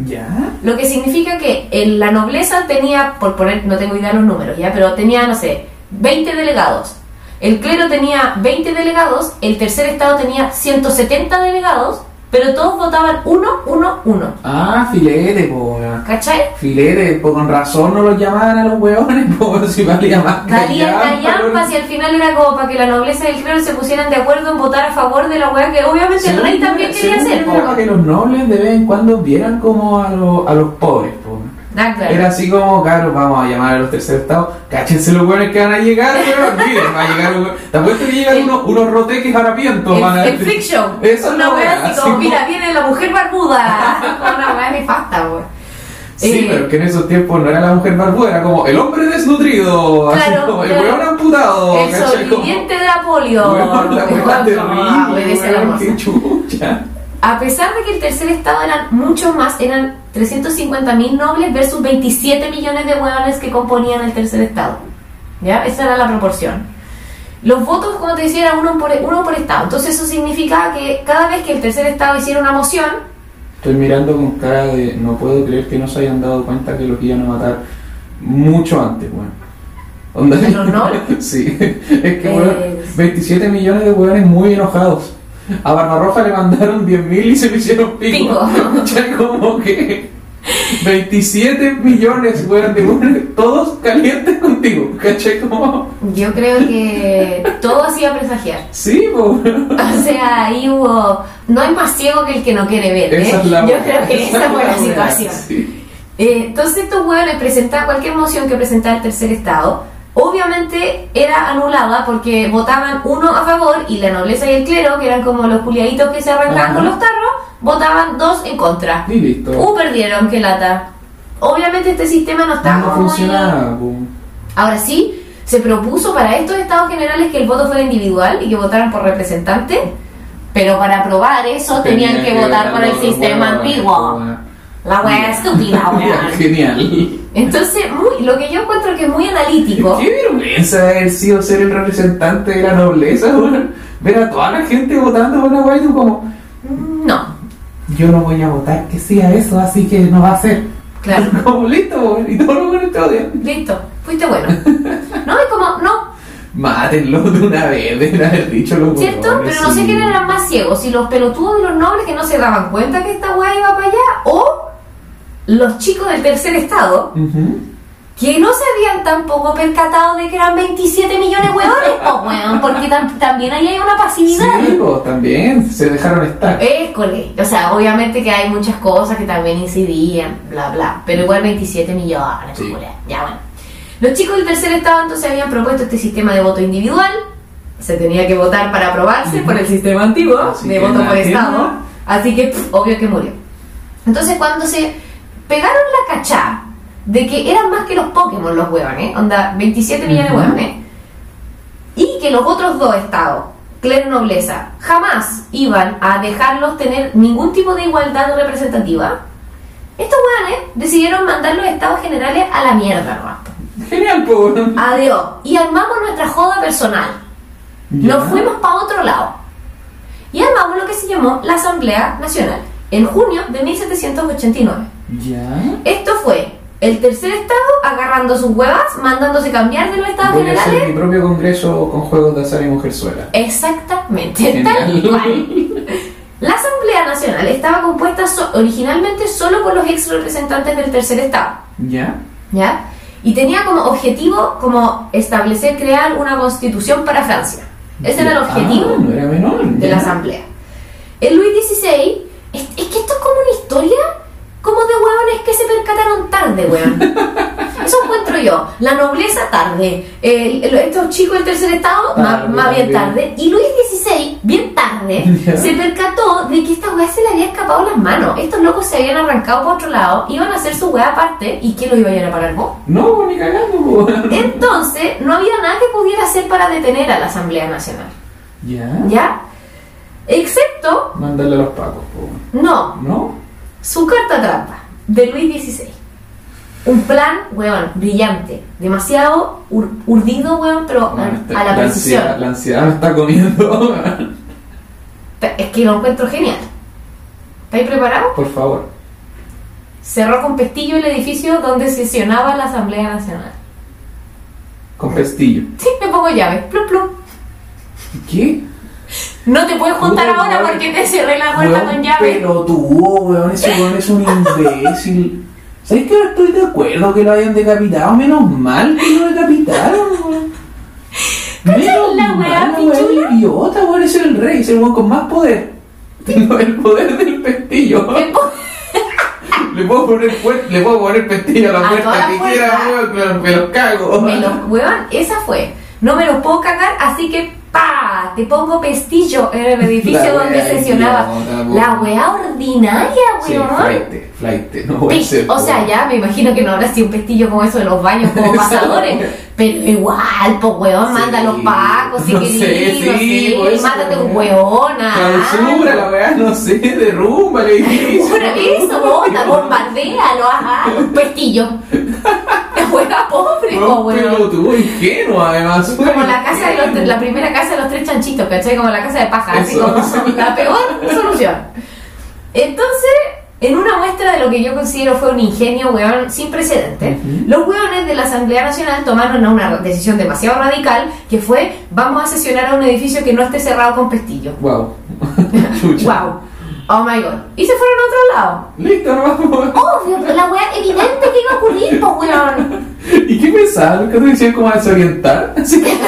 Ya. Lo que significa que en la nobleza tenía, por poner, no tengo idea los números, ¿ya? Pero tenía, no sé, 20 delegados. El clero tenía 20 delegados, el tercer estado tenía 170 delegados, pero todos votaban uno, uno, uno. Ah, filete, po, weón. ¿Cachai? Fileres, pues con razón no los llamaban a los hueones, pues si valía más Valía callampa, callampas y al final era como para que la nobleza y el clero se pusieran de acuerdo en votar a favor de la weá que obviamente el rey también quería según hacer. yo, Era para que los nobles de vez en cuando vieran como a, lo- a los pobres, po. Ah, claro. Era así como, claro, vamos a llamar a los terceros estados, cáchense los hueones que van a llegar, pero miren, va a llegar un hueón- Te apuesto que llegan El- unos, unos roteques harapientos, van a El, el fiction. Eso una no, wea así como, mira, viene la mujer barbuda. Así como una wea nefasta, wea. Sí, Eh, pero que en esos tiempos no era la mujer barbuda, era como el hombre desnutrido, así Claro, como el claro. hueón amputado, El ¿cachai? Como- sobreviviente de la polio. Weón, la Weón, weá ah, terrible, obedece a la weón, moza. qué chucha. A pesar de que el tercer estado eran mucho más, eran 350.000 nobles versus 27 millones de hueones que componían el tercer estado. ¿Ya? Esa era la proporción. Los votos, como te decía, eran uno por, uno por estado. Entonces eso significaba que cada vez que el tercer estado hiciera una moción, Estoy mirando con cara de no puedo creer que no se hayan dado cuenta que los iban a matar mucho antes, weón. Onda- ¿Pero no? sí, es que Eh, weón, 27 millones de weones muy enojados. A Barbarroja le mandaron 10.000 y se le hicieron pico. Pico. Ya como que 27 millones, weón, de weones, todos calientes contigo. ¿Cachai? Como, yo creo que todo hacía presagiar. sí, po, weón. O sea, ahí hubo. No hay más ciego que el que no quiere ver. ¿eh? Esa es la Yo weá, creo que esa fue la weá, situación. sí. Eh, entonces, estos hueones presentaban cualquier moción que presentaba el tercer estado. Obviamente era anulada porque votaban uno a favor y la nobleza y el clero, que eran como los culiaditos que se arrancaban Ajá. con los tarros, votaban dos en contra. Y listo. Uh, perdieron, qué lata. Obviamente este sistema no está no como muy- funcionaba. po. Ahora sí, se propuso para estos estados generales que el voto fuera individual y que votaran por representante, pero para aprobar eso tenían, que, votar por el los sistema huevos, antiguo. po. La wea estúpida, Ya, weón. Genial. Entonces, muy, lo que yo encuentro que es muy analítico. Qué vergüenza haber sido ser el representante de la nobleza, weón. Ver a toda la gente votando por la weá y tú como, No, yo no voy a votar que sí a eso, así que no va a ser. claro. Como listo, weón. Y todos los buenos te odian. Listo, fuiste bueno. No, es como, no, Mátenlo de una vez, de haber dicho los ¿Cierto? huevones, Pero no sé sí. quién eran más ciegos, si los pelotudos y los nobles que no se daban cuenta que esta weá iba para allá, o los chicos del tercer estado, Ujú. que no se habían tampoco percatado de que eran 27 millones de hueones, po, weón, porque tam- también ahí hay una Sí, pasividad. pues, también se dejaron estar. École, o sea, obviamente que hay muchas cosas que también incidían, bla, bla, pero igual 27 millones, Sí. culiao. ya bueno. Los chicos del tercer estado entonces habían propuesto este sistema de voto individual, se tenía que votar para aprobarse Ujú. por el sistema antiguo Así de que voto por nadie, estado, ¿no? así que pff, obvio que murió. Entonces cuando se pegaron la cachá de que eran más que los Pokémon los huevones, onda 27 millones de Ujú. huevones, y que los otros dos estados, clero y nobleza, jamás iban a dejarlos tener ningún tipo de igualdad representativa, estos hueones decidieron mandar los estados generales a la mierda, nomás. Genial, pues. Adiós. Y armamos nuestra joda personal. Ya. Nos fuimos para otro lado. Y armamos lo que se llamó la Asamblea Nacional en junio de 1789. Ya. Esto fue el tercer estado agarrando sus huevas, mandándose cambiar de los estados Voy a hacer generales. mi propio congreso con juegos de azar y mujerzuela. Exactamente, Genial. tal cual. La Asamblea Nacional estaba compuesta so- originalmente solo por los ex representantes del tercer estado. Ya. ¿ya? Y tenía como objetivo como establecer, crear una constitución para Francia. Ese era el Ya. objetivo Ah, no era menor. de ya. la asamblea. El Luis XVI, es, es que esto es como una historia como de hueones que se percataron tarde, hueón. Eso encuentro yo. La nobleza tarde. eh, el- estos chicos del tercer estado, ma- Tarde, más, bien también. tarde. Y Luis XVI, bien tarde, Ya. se percató de que esta weá se le había escapado las manos. Estos locos se habían arrancado por otro lado, iban a hacer su weá aparte. ¿Y quién lo iba a ir a pagar vos? No, pues, ni cagando, pues. Entonces, no había nada que pudiera hacer para detener a la Asamblea Nacional. Ya. ¿Ya? Excepto, Mándale a los pacos, pues. no, ¿No? Su carta trampa, de Luis XVI. Un plan, weón, brillante. Demasiado ur- urdido, weón, pero Bueno, a- esta- a la Ansiedad, precisión. la ansiedad me está comiendo. Pe- Es que lo encuentro genial. ¿Estáis preparados? Por favor. Cerró con pestillo el edificio donde sesionaba la Asamblea Nacional. Con pestillo. Sí, me pongo llaves. Plum, plum. ¿Qué? No te puedes juntar Puta ahora madre. porque te cerré la puerta con llaves. Pero tú, weón, ese weón es un imbécil. ¿Sabes que ahora estoy de acuerdo que lo hayan decapitado? Menos mal que lo decapitaron, weón. Menos la weá mal, weón, pichula? idiota, weón, ese era el rey, ese weón con más poder. Tengo el poder del pestillo. Me pongo- Le puedo poner, puer- le puedo poner pestillo a A la toda puerta la que puerta. quiera, weón, pero me los cago. Me lo, weón, esa fue. No me los puedo cagar, así que pa, te pongo pestillo en el edificio La donde wea sesionaba. idiota, po. La weá ordinaria, Sí, weón. flight, flight, no voy a Pes- ser. o sea, weón. ya me imagino que no habrá sido un pestillo como eso de los baños como pasadores. pero igual, pues weón, Sí. manda a los pacos, si No querís, sé, no sí, sé, por eso, mátate un ah. weón. weona. Clausura, la weá, no sé, derrumba el edificio. Bueno, eso, bota, bombardéalo, ajá, un pestillo. Es weá pobre, po, Weón, weón. pelotudo, ingenuo, además. Como la casa de los tre- la primera casa de los tres chanchitos, ¿cachai? Como la casa de paja, así Eso. como la peor solución. Entonces, en una muestra de lo que yo considero fue un ingenio weón sin precedentes, Ujú. los weones de la Asamblea Nacional tomaron una decisión demasiado radical que fue vamos a sesionar a un edificio que no esté cerrado con pestillo. Wow. Chucha. Wow. Oh my god. Y se fueron a otro lado. Listo, nomás. Obvio, pero la weá evidente que iba a ocurrir, pues weón. ¿Y qué pensabas? ¿Nunca te decían como a desorientar? Así que,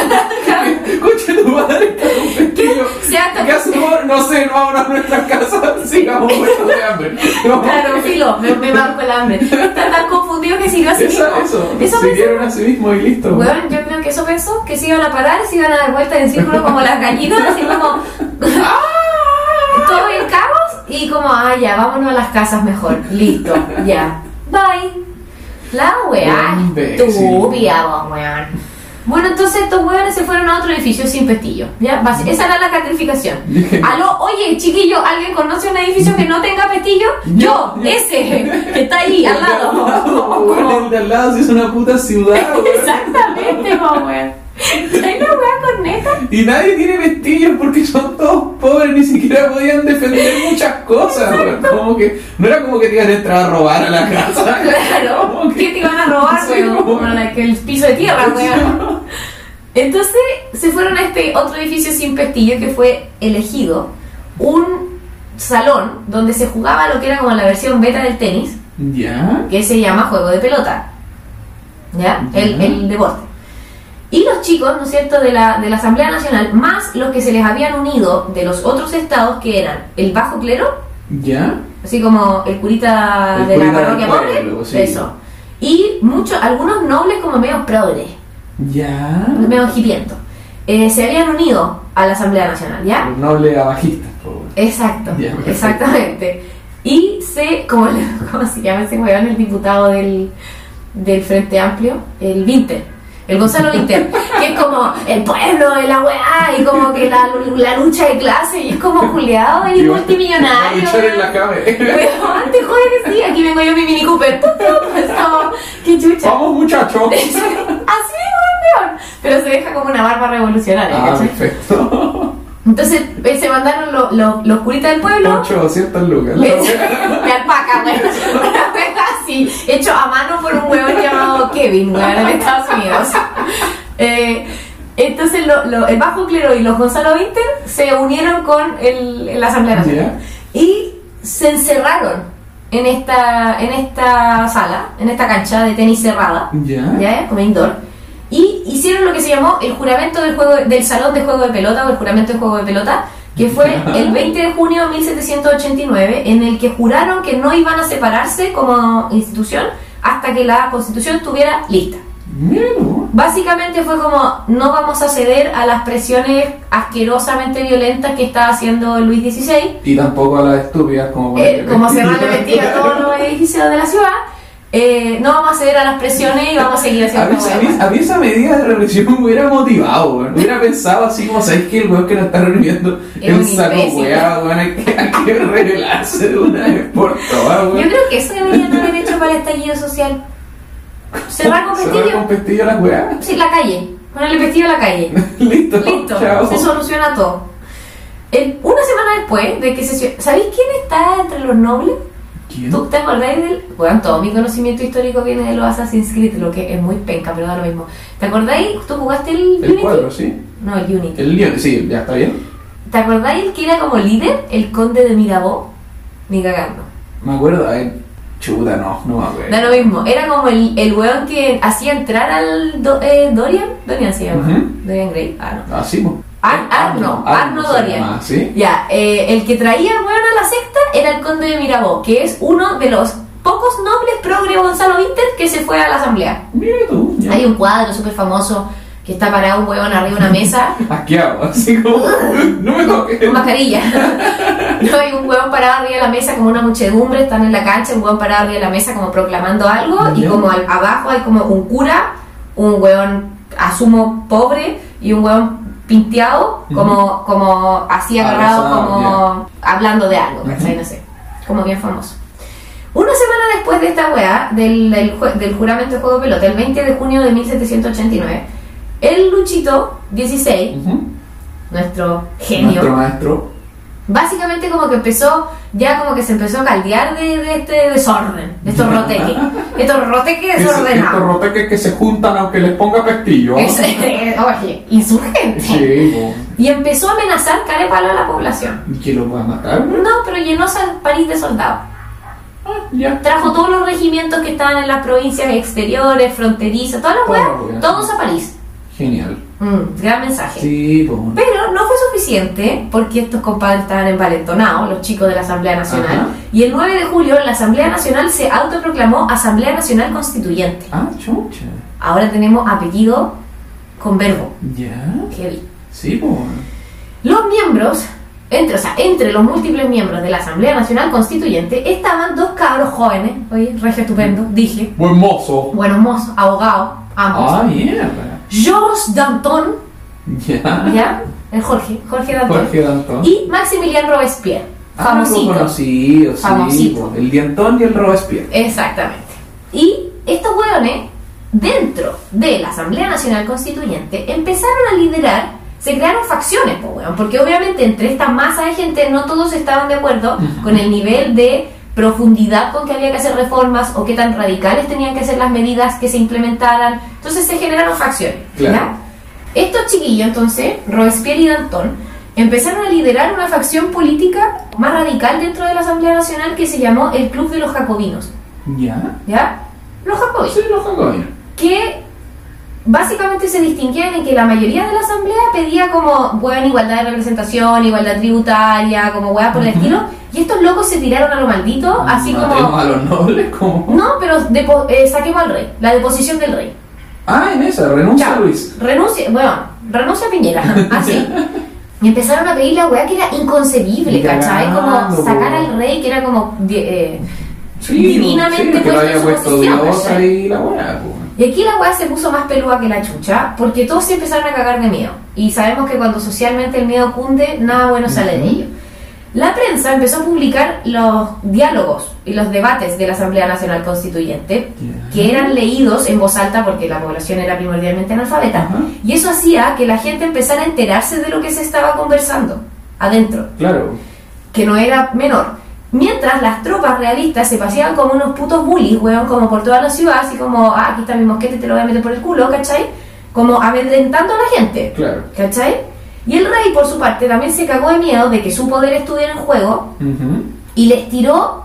concha de tu madre, está un pestillo. Se ata- ¿Qué hacemos? No sé, vámonos a nuestra casa, sigamos muertos de hambre. Vamos. Claro, filo, me, me marco el hambre. Está tan confundido que siguió así Eso, mismo. eso. Eso se pensó. dieron a sí mismo y listo. Weón, yo creo que eso pensó, que se iban a parar, se iban a dar vueltas en círculo como las gallinas, así como todo en caos y como, ah, ya, vámonos a las casas mejor. Listo, ya. Bye. La weá Weón, imbécil. estúpida, vos, weón. Bueno, entonces estos weones se fueron a otro edificio sin pestillo. ¿ya? Basi- Mm. Esa era la calificación. Aló, oye, chiquillo, ¿alguien conoce un edificio que no tenga pestillo? Yo, ese, que está ahí, al Al lado. lado, weón, el de al lado sí es una puta ciudad, weón. Exactamente, po, weón. ¿Sabes la weá corneta? Y nadie tiene vestillos porque son todos pobres, ni siquiera podían defender muchas cosas. weón. Como que, no era como que te iban a entrar a robar a la casa. Claro. Como que- ¿Qué te iban a robar, Sí, weón? po. Bueno, la que el piso de tierra, weón. Entonces se fueron a este otro edificio sin pestillo que fue elegido, un salón donde se jugaba lo que era como la versión beta del tenis, ¿Ya? que se llama juego de pelota, ¿ya? El, Ya. el deporte. Y los chicos, ¿no es cierto?, de la, de la Asamblea Nacional, más los que se les habían unido de los otros estados, que eran el bajo clero, ¿Ya? así como el curita El de curita la del parroquia pobre, pueblo, sí. eso. Y muchos, algunos nobles como medio progres, ¿Ya? medio hipientos, eh, se habían unido a la Asamblea Nacional, ¿ya? Los nobles abajistas, por favor. Exacto, Ya, perfecto. exactamente. Y se, como le- ¿cómo se llama ese weón? El diputado del, del Frente Amplio, el Vinter, el Gonzalo Vinter, que es como el pueblo de la weá y como que la, la lucha de clase y es como juliado y Y va- va multimillonario. a luchar en la cabeza. Weón, "Ah, te juro que sí, aquí vengo yo en mi Mini Cooper. ¡Pum, pum! Es como, ¡Qué chucha! ¡Vamos, muchachos! Así, weón, weón. Pero se deja como una barba revolucionaria, ah, ¿cachai? perfecto. Entonces eh, se mandaron lo- lo- los curitas del pueblo. 800 lucas. la wea. de alpaca, güey. Una wea así, hecho a mano por un huevón llamado Kevin, güey, en Estados Unidos. Eh, entonces, lo- lo- el Bajo Clero y los Gonzalo Vinter se unieron con el, la Asamblea Nacional. Y se encerraron en esta, en esta sala, en esta cancha de tenis cerrada, ¿Ya? ya como indoor. Y hicieron lo que se llamó el juramento del, juego, del salón de juego de pelota o el juramento de juego de pelota, que fue el 20 de junio de 1789, en el que juraron que no iban a separarse como institución hasta que la constitución estuviera lista. Mierda. Básicamente fue como no vamos a ceder a las presiones asquerosamente violentas que estaba haciendo Luis XVI Y tampoco a las estúpidas como... eh, como cerrar cerrarle mentira a todos los edificios de la ciudad, eh, no vamos a ceder a las presiones y vamos a seguir A haciendo mí, a, mí, huevas. a mí esa medida de represión me hubiera motivado, weón. Hubiera pensado así como, ¿sabéis que el weón que nos está reuniendo Es es un un saco imbécil. weá, weón? Hay que, hay que revelarse de una vez por todas, Yo weón. creo que eso deberían haber hecho para el estallido social. Cerrar con Cerrar con pestillo, pestillo las weas. sí, la calle, ponerle pestillo a la calle. Listo. Listo, Chao. se soluciona todo. El- una semana después de que se... ¿Sabéis quién está entre los nobles? ¿Quién? ¿Tú te acordáis del.? Bueno, todo mi conocimiento histórico viene de los Assassin's Creed, lo que es muy penca, pero da lo mismo. ¿Te acordáis? ¿Tú jugaste el El cuadro, sí. No, el Unity. El guión, sí, ya está bien. ¿Te acordáis el que era como líder? El conde de Mirabeau. Ni cagando. Me acuerdo, ay, chuta, no, no me acuerdo. Da lo mismo. Era como el, el weón que hacía entrar al Do- eh, Dorian. Dorian se llama. Ujú. Dorian Gray. Ah, no. Ah, sí, po. Ar- Arno, Arno se Dorian. llama, ¿sí? Ya, eh, el que traía al weón a la secta era el conde de Mirabeau, que es uno de los pocos nobles progre Gonzalo Vinter que se fue a la asamblea. Mira tú, ya. Hay un cuadro súper famoso que está parado un huevón arriba de una mesa Asqueado, así como, no me toques. con mascarilla. No hay un huevón parado arriba de la mesa como una muchedumbre, están en la cancha, un huevón parado arriba de la mesa como proclamando algo y Ya. como al- abajo hay como un cura, un huevón asumo pobre y un huevón pinteado como, como así agarrado Abrazado, como hablando de algo, ¿cachai? No sé, como bien famoso. Una semana después de esta weá, del, del jue- del juramento de juego de pelota, el 20 de junio de 1789, el Luchito 16, Ujú. nuestro genio, Nuestro maestro. Básicamente como que empezó, ya como que se empezó a caldear de, de este desorden, de estos roteques, estos roteques Que se- Estos desordenados. roteques que se juntan aunque les ponga pestillo. Es- eh, Oye, insurgente. Sí, po. Y empezó a amenazar cara y palo a la población. ¿Y ¿Que los va a matar? güey? No, pero llenó San París de soldados. Ah, ya. Trajo todos los regimientos que estaban en las provincias exteriores, fronterizas, todas las Toda la weas, wea. todos a París. Genial. Mm, gran mensaje. Sí, pues. po. Pero no fue suficiente porque estos compadres estaban envalentonados, los chicos de la Asamblea Nacional. Ajá. Y el 9 de julio la Asamblea Nacional se autoproclamó Asamblea Nacional Constituyente. Ah, chucha. Ahora tenemos apellido con verbo. Ya. Heavy. Sí, pues. po. Los miembros, entre, o sea, entre los múltiples miembros de la Asamblea Nacional Constituyente estaban dos cabros jóvenes, oye, regio estupendo, Mm. dije, Buen mozo. buenos mozos, abogados, ambos. Ah, mierda. Georges Danton, Ya. ¿ya? El Jorge, Jorge Danton. Ah. Jorge Danton. Y Maximiliano Robespierre, Ah, lo famosito. conocido, sí, Famosito. po. El Diantón y el Robespierre. Exactamente. Y estos hueones, dentro de la Asamblea Nacional Constituyente, empezaron a liderar, se crearon facciones, po, hueón, porque obviamente entre esta masa de gente no todos estaban de acuerdo con el nivel de profundidad con que había que hacer reformas o qué tan radicales tenían que ser las medidas que se implementaran. Entonces se generaron facciones. Claro. ¿ya? Estos chiquillos, entonces, Robespierre y Danton, empezaron a liderar una facción política más radical dentro de la Asamblea Nacional que se llamó el Club de los Jacobinos. ¿Ya? ¿Ya? Los jacobinos. Sí, los jacobinos. que básicamente se distinguían en que la mayoría de la asamblea pedía como buena igualdad de representación, igualdad tributaria, como hueá por el estilo, y estos locos se tiraron a lo maldito, así Matemos como... a los nobles como... No, pero depo- eh, saquemos al rey, la deposición del rey. Ah, en esa, renuncia Chao. Luis. Renuncia, bueno, renuncia a Piñera, así. Y empezaron a pedir la weá que era inconcebible, Ni ¿cachai? cagando, Como sacar po. al rey, que era como... di- eh, Sí, pues, Divinamente sí, porque lo había puesto en su pues, puesto posición, Diosa ¿cachai? y la buena, pues. Y aquí la weá se puso más peluda que la chucha, porque todos se empezaron a cagar de miedo. Y sabemos que cuando socialmente el miedo cunde, nada bueno sale de ello. La prensa empezó a publicar los diálogos y los debates de la Asamblea Nacional Constituyente, Ya. que eran leídos en voz alta porque la población era primordialmente analfabeta. Ajá. Y eso hacía que la gente empezara a enterarse de lo que se estaba conversando adentro Claro. que no era menor. Mientras las tropas realistas se paseaban como unos putos bullies, weón, como por toda la ciudad, así como, ah, aquí está mi mosquete, te lo voy a meter por el culo, ¿cachai? Como amedrentando a la gente, Claro. ¿cachai? Y el rey, por su parte, también se cagó de miedo de que su poder estuviera en juego Ujú. y les tiró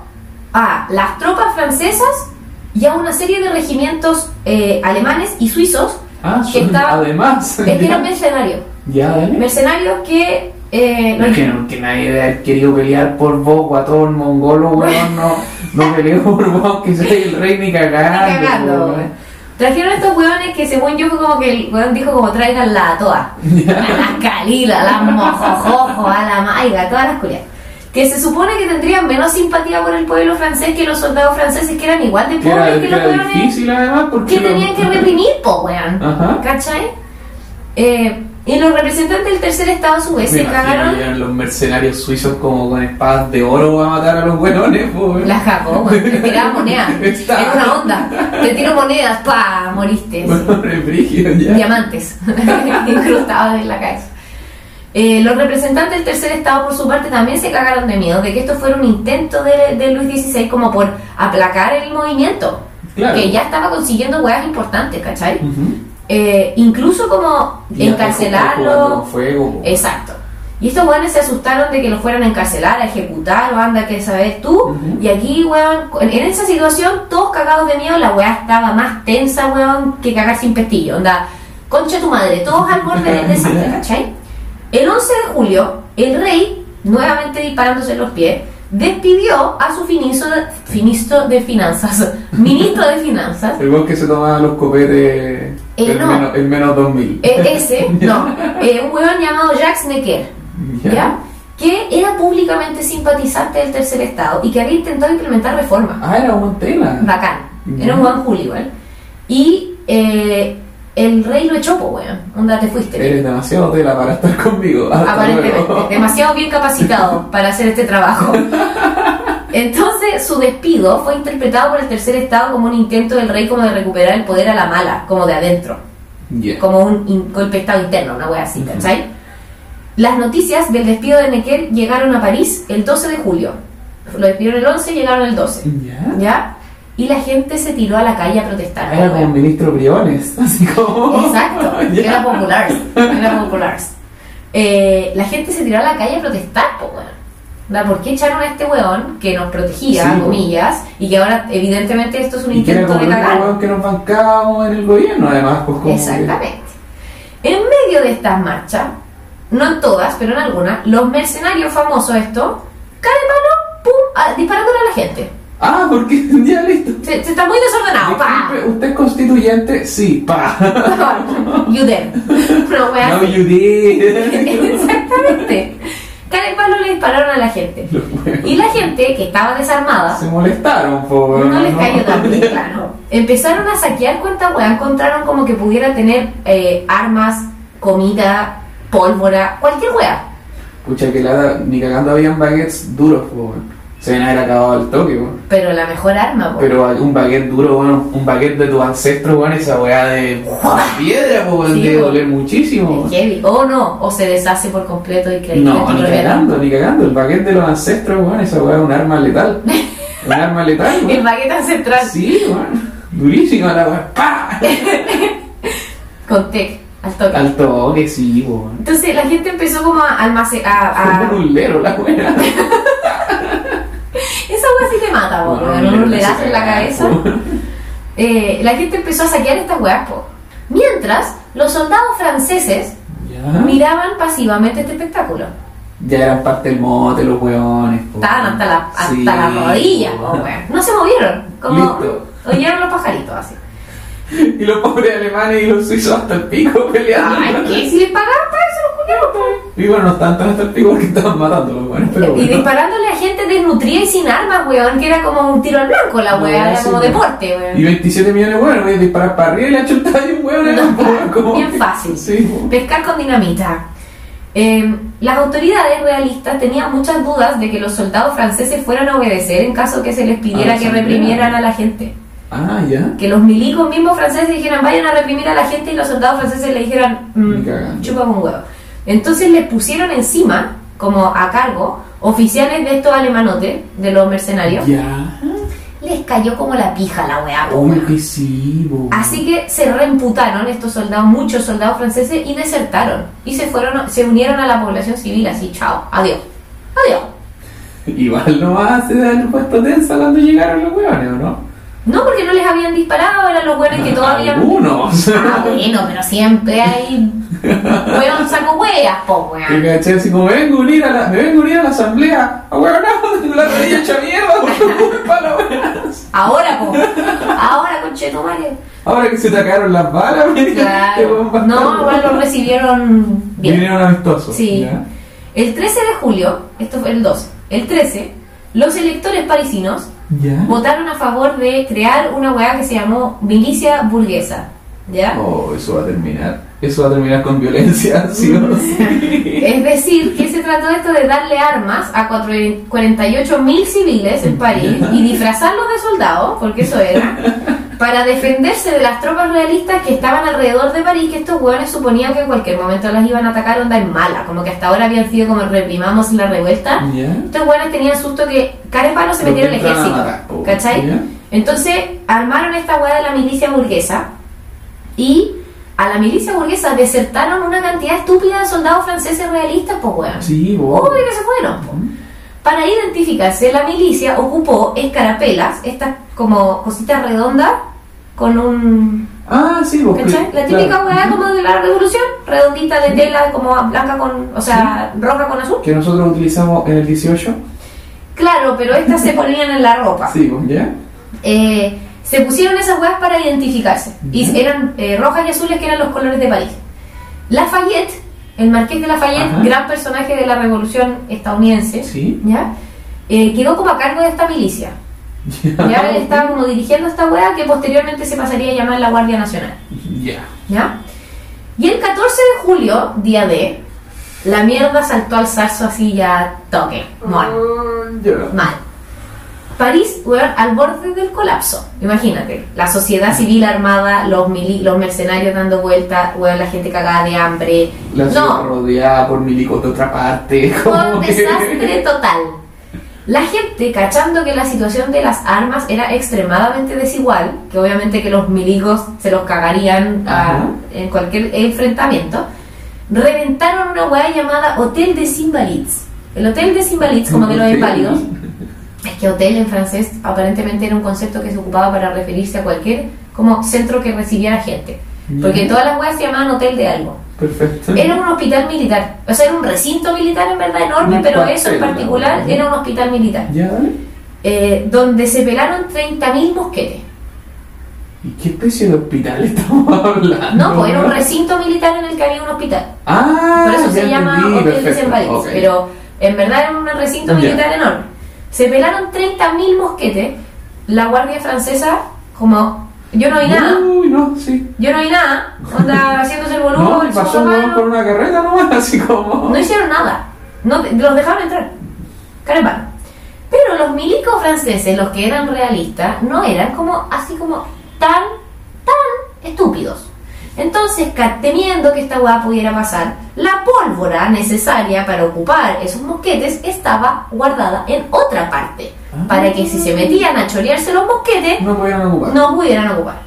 a las tropas francesas y a una serie de regimientos eh, alemanes y suizos Ah, que son- estaban... además. Es que eran mercenarios. Ya, dale. Mercenarios que... eh, No es que no, que nadie de haber querido pelear por vos, guatón, mongolo, weón, no, no peleó por vos, que soy el rey ni cagando. Está cagando, weón. weón. Trajeron a estos hueones que según yo fue como que el hueón dijo como tráiganla a todas. A las Kalila, a las Mojojojo, a la Maiga, a todas las culias. Que se supone que tendrían menos simpatía por el pueblo francés que los soldados franceses que eran igual de Que era, pobres que que los era hueones difícil Ah. además porque... que tenían que reprimir, po weón. Ajá. ¿Cachai? Eh, y los representantes del tercer estado a su vez Me se imagino cagaron que eran los mercenarios suizos como con espadas de oro a matar a los hueones, pues. La jaco, weón. te tiraba monedas. Está. Era una onda. Te tiro monedas, pa, moriste. así. Bueno, es brígido, ya. diamantes incrustados en la cabeza. Eh, los representantes del tercer estado, por su parte, también se cagaron de miedo de que esto fuera un intento de, de Luis XVI como por aplacar el movimiento, Claro. que ya estaba consiguiendo huevas importantes, ¿cachai? Ujú. pues, Eh, incluso como Y jugando encarcelarlo. con fuego, po. Exacto. Y estos hueones se asustaron de que lo fueran a encarcelar, a ejecutar, o anda que sabes tú. Ujú. Y aquí, hueón, en en esa situación, todos cagados de miedo, la hueá estaba más tensa, hueón, que cagar sin pestillo. Onda, concha tu madre, todos al borde del desastre, ¿cachai? El 11 de julio, el rey, nuevamente disparándose los pies, despidió a su finizo finisto de finanzas, ministro de finanzas, El weón que se tomaba los copetes Eh, el, no. menos, el menos 2000. eh, ese, no, eh, un hueón llamado Jacques Necker. Ya. ¿ya? que era públicamente simpatizante del tercer estado y que había intentado implementar reformas. Ah, era un tela. Bacán. Era un Ya. buen hooligan. Y eh, el rey lo echó, po, weón. Onda, te fuiste. Eres demasiado tela para estar conmigo. Eh, Hasta Aparentemente. luego. Demasiado bien capacitado para hacer este trabajo. Entonces, su despido fue interpretado por el tercer estado como un intento del rey como de recuperar el poder a la mala, como de adentro. Ya. como un in- golpe de estado interno, una wea así, Ujú. ¿cachai? Las noticias del despido de Necker llegaron a París el 12 de julio. Lo despidieron el 11, llegaron el 12. Ya. ¿Ya? Y la gente se tiró a la calle a protestar. Era como wea. un ministro Briones, así como. Exacto, Ya. era popular. Era popular. Eh, la gente se tiró a la calle a protestar, po, weón. Da, ¿Por qué echaron a este weón que nos protegía, Sí, po. comillas, y que ahora evidentemente esto es un Y que era intento como de el único cagar? weón que nos bancábamos en el gobierno, además, pues como. que- Exactamente. En medio de estas marchas, no en todas, pero en algunas, los mercenarios famosos esto, cara de palo, pum, a- disparándole a la gente. Ah, porque ya listo. Se, se está muy desordenado, Ah, pa. Disculpe, ¿Usted es constituyente? Sí, pa. You there. No, wea, No, you did. Exactamente. Cara de palo le dispararon a la gente. Los weones Y la gente que estaba desarmada, Se molestaron, po. no les cayó tan bien, claro. Empezaron a saquear cuenta weá, encontraron como que pudiera tener eh, armas, comida, pólvora, cualquier weá. Pucha, que la, ni cagando habían baguettes duros, po. weón. Se deben haber acabado al toque, po. Pero la mejor arma, po. Pero un baguette duro, bueno, un baguette de tus ancestros, bueno, esa weá de piedra, po, weón, Sí, debe po. doler muchísimo. Es heavy. O no, o se deshace por completo y creí que No, tu ni propia cagando, ni cagando. El baguette de los ancestros, bueno, esa weá es un arma letal. Un arma letal, arma. El weón. baguette ancestral Sí, bueno. Durísima la weá. ¡Pah! con tech. al toque. Al toque, sí, po. Entonces la gente empezó como a almacenar. A, Como a- un ulero, la buena. Esa hueá sí te mata, po, Bueno, con un le dedazo en la saca, cabeza. po. Eh, la gente empezó a saquear estas hueás, po. Mientras, los soldados franceses Ya. miraban pasivamente este espectáculo. Oh, ya eran parte del mote, los weones. po. Estaban hasta la, hasta Sí, la rodilla, po. po, weón. No se movieron. Como Listo. oyeron los pajaritos así. Y los pobres alemanes y los suizos hasta el pico peleando. Ay, ¿qué? Si les pagaban para eso, los culiaron, po. Y bueno, no están tan hasta el pico porque estaban matando los weones, pero Y bueno. disparándole a gente desnutrida y sin armas, weón, que era como un tiro al blanco la No, weá, era sí, como weón. deporte, Y weón. 27 millones de weones, voy a disparar para arriba y le ha chutado y un weón en el No, pobre, como- bien fácil. Sí, po. Pescar con dinamita. Eh, las autoridades realistas tenían muchas dudas de que los soldados franceses fueran a obedecer en caso que se les pidiera Ah, que sí, reprimieran claro. a la gente. Ah, ya. Que los milicos mismos franceses dijeran vayan a reprimir a la gente y los soldados franceses le dijeran Ni cagando. mm, chupan un huevo. Entonces les pusieron encima, como a cargo, oficiales de estos alemanotes, de los mercenarios. Ya. Les cayó como la pija la weá. po, Uy, weón. que sí, po. Así que se reemputaron estos soldados, muchos soldados franceses, y desertaron. Y se fueron, se unieron a la población civil, así, chao, adiós, adiós. Igual nomás se han puesto tensa cuando llegaron los weones, ¿o no? No porque no les habían disparado, eran los buenos que todavía... Algunos. Ah, bueno, pero siempre hay... Weón saco hueas, po, Y weón. me caché así como, me vengo a unir a la, me vengo a unir a la asamblea. A weón, no, tengo la rodilla hecha mierda por tu culpa, la weón. Ahora, po. Ahora, conchetumare. Ahora que se te acabaron las balas, me dijiste, Claro. weón, bastardo. No, igual los recibieron bien. Vinieron amistosos. Sí. ¿ya? El 13 de julio, esto fue el 2, el 13, los electores parisinos ¿Ya? votaron a favor de crear una weá que se llamó milicia burguesa. ¿Ya? Oh, eso va a terminar. Eso va a terminar con violencia, sí o sí. Es decir, que se trató esto de darle armas a cuatro- 48.000 civiles en París y disfrazarlos de soldados, porque eso era, para defenderse de las tropas realistas que estaban alrededor de París, que estos hueones suponían que en cualquier momento las iban a atacar onda en mala, como que hasta ahora habían sido como reprimamos la revuelta. ¿Ya? Estos guanes tenían susto que cara y palo se Los metieron al que entraron ejército. a matar, po, ¿Cachai? ¿ya? Entonces armaron esta weá de la milicia burguesa y a la milicia burguesa desertaron una cantidad estúpida de soldados franceses realistas, pues weón. Sí, vos. Obvio que se fueron. po. Para identificarse, la milicia ocupó escarapelas, estas como cositas redondas con un. Ah, sí, vos. ¿Cachai? La claro. típica weá como de la revolución, redondita de tela, como blanca con. o sea, roja con azul. Que nosotros utilizamos en el 18. Claro, pero estas se ponían en la ropa. Sí, vos, ¿ya? Eh, se pusieron esas huevas para identificarse. Y eran eh, rojas y azules, que eran los colores de París. Lafayette, el marqués de Lafayette, Ajá. gran personaje de la revolución estadounidense, Sí. ¿ya? Eh, quedó como a cargo de esta milicia. Ya él estaba como dirigiendo esta hueá que posteriormente se pasaría a llamar la Guardia Nacional. Ya. ¿ya? Y el 14 de julio, día D, la mierda saltó al zarzo así ya toque, muerto. Ya. Mal. París, weón, al borde del colapso. Imagínate, la sociedad civil armada, los, mili- los mercenarios dando vueltas, weón, la gente cagada de hambre. La ciudad no, rodeada por milicos de otra parte. fue como un que- desastre total. La gente, cachando que la situación de las armas era extremadamente desigual, que obviamente que los milicos se los cagarían a- Ajá. en cualquier enfrentamiento, reventaron una weá llamada Hotel des Invalides. El Hotel des Invalides, como que los inválidos, es que hotel en francés aparentemente era un concepto que se ocupaba para referirse a cualquier como centro que recibiera gente. Porque Ya. Mm. todas las weas se llamaban hotel de algo. Perfecto. Era un hospital militar. O sea, era un recinto militar en verdad enorme, Un pero cuartel, eso en particular ¿no? era un hospital militar. Ya, dale. Eh, donde se pelaron 30.000 mosquetes. ¿Y qué especie de hospital estamos hablando? No, pues era un recinto militar en el que había un hospital. Ah, Por eso ya se llama entendí, Hotel de perfecto, Invalides. ok. Pero en verdad era un recinto Ya. militar enorme. Se pelaron 30.000 mosquetes. La guardia francesa, como yo no vi nada, Uy, no, sí. yo no vi nada, onda haciéndose el boludo, No, y el pasó un weón sopapano. por una carreta nomás, así como. no hicieron nada. No, te- los dejaron entrar. Caramba. Pero los milicos franceses, los que eran realistas, no eran como así como tan, tan estúpidos. Entonces, ca- temiendo que esta hueá pudiera pasar, la pólvora necesaria para ocupar esos mosquetes estaba guardada en otra parte, Ah. para que si se metían a chorearse los mosquetes, No pudieron ocupar. no pudieran ocuparlo.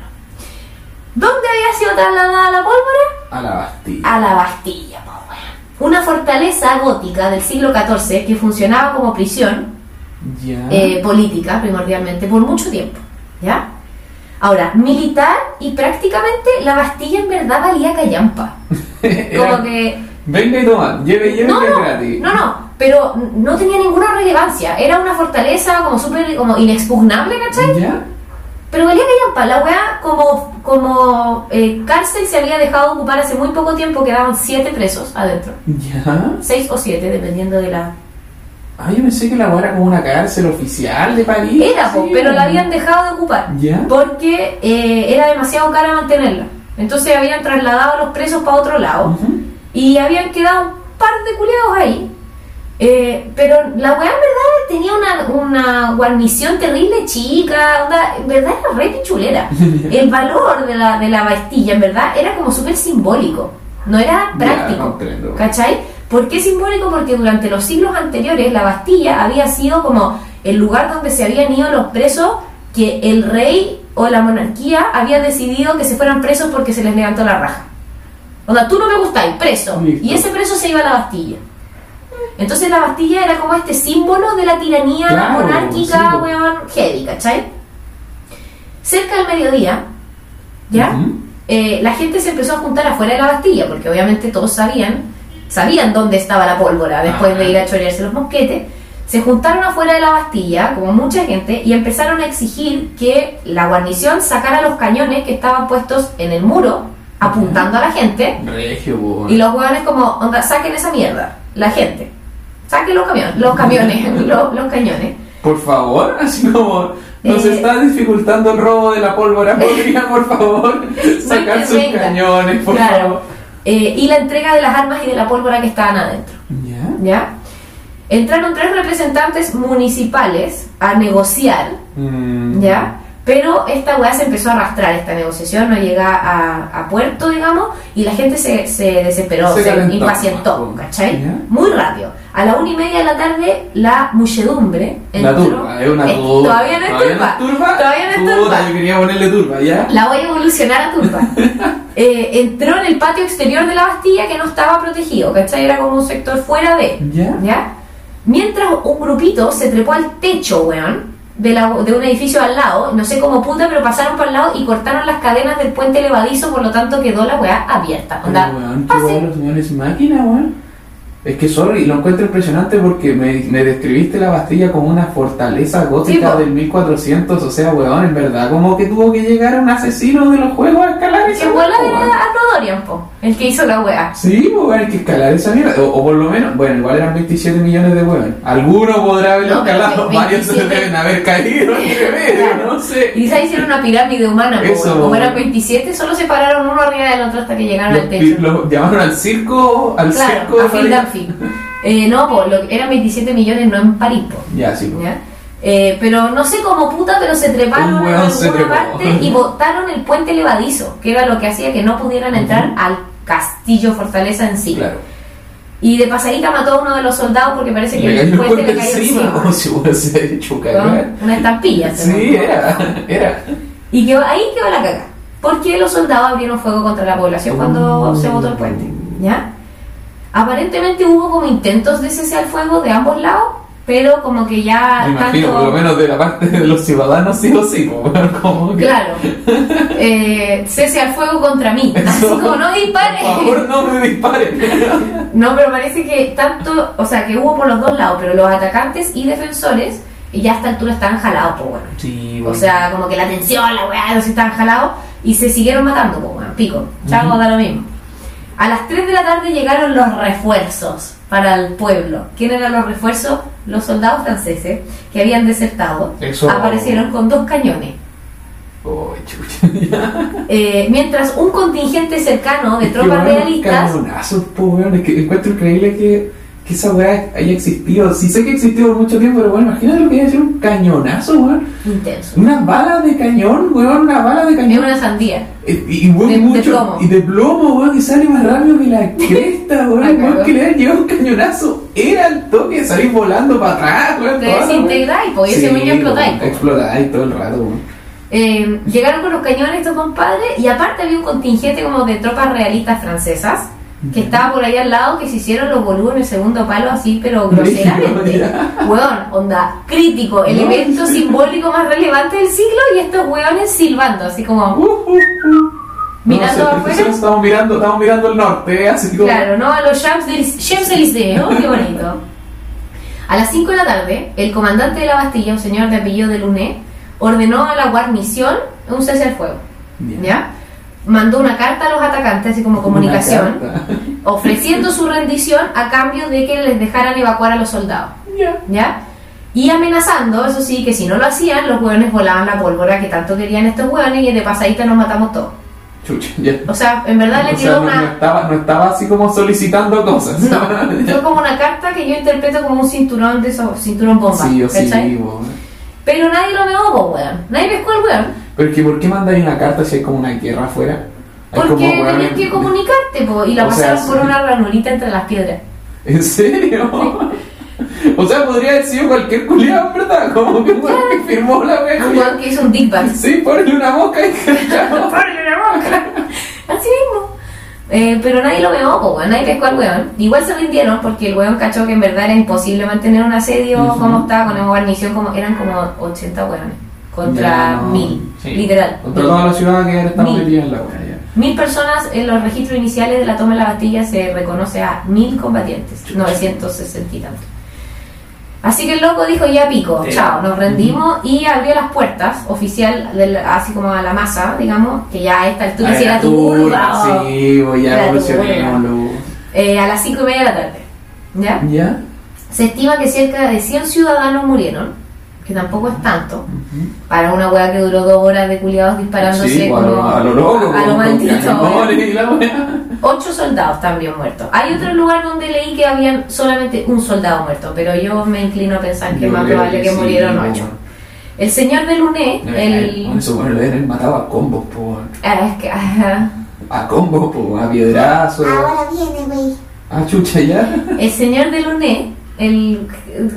¿Dónde había sido trasladada la pólvora? A la Bastilla. A la Bastilla, po, weón. Una fortaleza gótica del siglo XIV que funcionaba como prisión Ya. eh, política primordialmente por mucho tiempo, ¿ya? Ahora, militar y prácticamente la Bastilla en verdad valía callampa. Era- Como que... Venga y toma, lleve, lleve No, que es no, gratis. no, no, pero no tenía ninguna relevancia. Era una fortaleza como súper como inexpugnable, ¿cachai? ¿Ya? Pero valía callampa. La weá como, como eh, cárcel se había dejado ocupar hace muy poco tiempo, quedaban siete presos adentro. ¿Ya? Seis o siete, dependiendo de la... Ah, yo pensé que la weá era como una cárcel oficial de París. Era, po, Sí. pero la habían dejado de ocupar. ¿Ya? Porque eh, era demasiado cara mantenerla. Entonces habían trasladado a los presos para otro lado. Ujú. Y habían quedado un par de culiados ahí. Eh, pero la weá en verdad tenía una, una guarnición terrible chica, onda, en verdad era re pichulera. El valor de la, de la Bastilla en verdad era como súper simbólico, no era Ya, práctico. comprendo. ¿Cachai? ¿Por qué simbólico? Porque durante los siglos anteriores la Bastilla había sido como el lugar donde se habían ido los presos que el rey o la monarquía había decidido que se fueran presos porque se les levantó la raja. O sea, tú no me gustáis, preso. Listo. Y ese preso se iba a la Bastilla. Entonces la Bastilla era como este símbolo de la tiranía Claro, monárquica, sí, po. weón, heavy, ¿cachai? Cerca del mediodía, ¿ya? Ujú. Eh, la gente se empezó a juntar afuera de la Bastilla, porque obviamente todos sabían, sabían dónde estaba la pólvora después de ir a chorearse los mosquetes. Se juntaron afuera de la Bastilla, como mucha gente, y empezaron a exigir que la guarnición sacara los cañones que estaban puestos en el muro, apuntando a la gente, Regio, po. y los hueones como, onda, saquen esa mierda, la gente. Saquen los camiones, los camiones, los, los cañones. Por favor, así como nos Eh. está dificultando el robo de la pólvora, podría por favor sacar que sus venga. cañones, por Claro. favor. Eh, y la entrega de las armas y de la pólvora que estaban adentro. ¿Ya? ¿ya? Entraron tres representantes municipales a negociar, Mm. ¿ya? Pero esta weá se empezó a arrastrar, esta negociación no llega a, a puerto, digamos, y la gente se, se desesperó, Se se, calentó. impacientó, ¿cachai? Ya. Muy rápido. A la una y media de la tarde, la muchedumbre La entró- turba, es una Eh, turba. Todavía no es turba. Todavía no es Puta, turba. Yo quería ponerle turba, ¿ya? La voy a evolucionar a turba. Eh, entró en el patio exterior de la Bastilla que no estaba protegido, ¿cachai? Era como un sector fuera de. ¿Ya? ¿Ya? Mientras un grupito se trepó al techo, weón, de, la- de un edificio al lado, no sé cómo puta, pero pasaron por al lado y cortaron las cadenas del puente levadizo, por lo tanto quedó la weá abierta. Pero, Onda, weón, qué pase. weón, los señores máquina, weón. Es que, sorry, lo encuentro impresionante porque me, me describiste la Bastilla como una fortaleza gótica Sí, po. del 1400. O sea, weón, en verdad, como que tuvo que llegar un asesino de los juegos a escalar Que esa vuela weá, era weón. Arno Dorian, po, el que hizo la weá. Sí, pues weón, hay que escalar esa mierda. O, o por lo menos, bueno, igual eran 27 millones de weón. Alguno podrá haberlo No, pero escalado, que varios se 27. deben haber caído entre medio, no sé. Quizá hicieron una pirámide humana, po, Eso, weón. como weón. eran 27, solo se pararon uno arriba del otro hasta que llegaron Los al pi- techo. los llamaron al circo, al circo. Claro, a ¿no? Phil Dunphy. Eh, no, po, lo- eran 27 millones, no en París, po. Ya, sí. po. ¿ya? Eh, pero no sé cómo puta, pero se treparon Un en weón se alguna trepó. parte y botaron el puente levadizo, que era lo que hacía que no pudieran entrar al castillo fortaleza en sí. Claro. Y de pasadita mató a uno de los soldados porque parece que Le el cayó el puente cuerpo le cayó encima, encima. como si hubiese hecho cagar. Weón, Una estampilla. se Sí, mandó. era, era. Y quedó- ahí quedó la caga. Porque los soldados abrieron fuego contra la población cuando Oh. se botó el puente. ¿Ya? Aparentemente hubo como intentos de cese al fuego de ambos lados, pero como que ya Me imagino, Ah, tanto. por lo menos de la parte de los ciudadanos, sí o sí, po, weón, como que. Claro. Eh, cese al fuego contra mí. Así Eso. como no dispares. Por favor, no me disparen. No, pero parece que tanto, o sea, que hubo por los dos lados, pero los atacantes y defensores y ya a esta altura estaban jalados, pues bueno. Sí, O sea, como que la tensión, la weá, los estaban jalados y se siguieron matando, pues bueno, pico. Chavo, da lo mismo. A las 3 de la tarde llegaron los refuerzos para el pueblo. ¿Quién eran los refuerzos? Los soldados franceses que habían desertado Eso. aparecieron con dos cañones. Oh, chucha. Eh, mientras un contingente cercano de tropas realistas. Cabronazos, po, weón. Es que encuentro increíble que, que esa weá haya existido. Sí sé que existió por mucho tiempo, pero bueno, imagínate lo que debe ser un cañonazo, weón. Intenso. Una bala de cañón, weón, una bala de Es cañón. una sandía. Eh, Y, y, weón, De- de mucho. plomo. y de plomo, weón, que sale más rápido que la cresta, Ah, weón. cagó. weón, que le han llegado un cañonazo. Era el toque de salir volando para atrás, weón. Te toda la weá. desintegráis, po, y ese Ah, Sí, niño explotáis, weón, po. Explotáis todo el rato, weón. Eh, llegaron con los cañones estos compadres y aparte había un contingente como de tropas realistas francesas que estaba por ahí al lado que se hicieron los boludos en el segundo palo así pero groseramente Ya. weón onda crítico el No, evento simbólico más relevante del siglo y estos weones silbando así como Uh, uh, uh. Ah. Mirando no, sé, afuera. nosotros estamos mirando, estamos mirando el norte, ¿eh? así como claro no a los Champs-Élysées oh, qué bonito a las 5 de la tarde el comandante de la Bastilla un señor de apellido de Luné ordenó a la guarnición un cese al fuego Bien. ¿ya? Mandó una carta a los atacantes, así como comunicación, Una carta. ofreciendo su rendición a cambio de que les dejaran evacuar a los soldados, Ya. ¿ya? Y amenazando, eso sí, que si no lo hacían, los hueones volaban la pólvora que tanto querían estos hueones y de pasadita nos matamos todos. Chucha, ya. O sea, en verdad le O sea, tiró no, no una... estaba, no estaba así como solicitando cosas. No, fue como una carta que yo interpreto como un cinturón de esos, cinturón bomba, sí, yo sí, ¿cachai? bo. Pero nadie lo negó, po, hueón. Nadie pescó el hueón. Pero es que ¿por qué mandáis una carta si hay como una guerra afuera? Hay Porque como, weón, tenías que comunicarte, po, y la O sea, pasaron por sí. una ranurita entre las piedras. ¿En serio? O sea, podría haber sido cualquier culiado, ¿verdad? Como que bueno, que firmó la Un wea. hueón que hizo un dickbag. Sí, ponle una mosca y chao. Así mismo. Eh, pero nadie lo veo, po, weón. nadie pescó al weón. Igual se rindieron porque el weón cachó que en verdad era imposible mantener un asedio Ujú. como estaba con la guarnición, como, eran como 80 weones contra Ya, no. mil, Sí. literal. Contra toda la ciudad que ahora estamos Mil. metidos en la wea, ya. Mil personas en los registros iniciales de la toma de la Bastilla se reconoce a mil combatientes, 960 y tanto. Así que el loco dijo ya pico, Sí. chao, nos rendimos y abrió las puertas oficial, del- así como a la masa, digamos, que ya a esta altura Ay, sí era la turba, turba. o- Sí, voy Era a turba. evolucionarlo. eh, a las 5 y media de la tarde. ¿ya? ¿Ya? Se estima que cerca de 100 ciudadanos murieron, que tampoco es tanto, para una hueá que duró dos horas de culiados disparándose Sí, pues, a como lo, a lo loco, a lo con- con maldito, cañones ¿eh? y la wea. Ocho soldados también muertos. Hay otro lugar donde leí que habían solamente un soldado muerto, pero yo me inclino a pensar que Yo más creo probable que sí, Eh, murieron bo. ocho. El señor de Luné, No, el... Eso bueno, él mataba a combos, pues, po. Ah, es que... ajá. A combos, po, a piedrazos. Ahora viene, güey. Ah, chucha, ya. El señor de Luné, el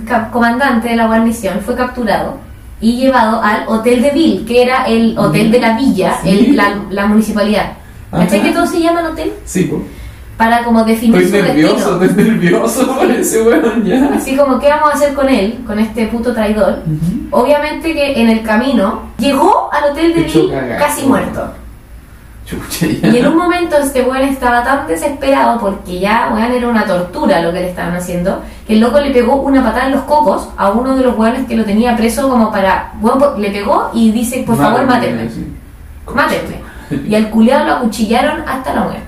ca- comandante de la guarnición, fue capturado y llevado al Hotel de Ville, que era el hotel de la villa, Sí. el- la, la municipalidad. Ajá. ¿Cachai que todos se llaman hotel? Sí, po. Para como definir Estoy su nervioso, destino. estoy nervioso por ese weón, ya. Así como, ¿qué vamos a hacer con él, con este puto traidor? Ujú. Obviamente que en el camino llegó al Hotel de Hecho Ville cagazo. casi muerto. Chucha, Y en ya. un momento este weón estaba tan desesperado porque ya, weón, era una tortura lo que le estaban haciendo, que el loco le pegó una patada en los cocos a uno de los weones que lo tenía preso como para... Weón, po- le pegó y dice, por favor, mátenme, sí. mátenme. Y al culiado lo acuchillaron hasta la muerte.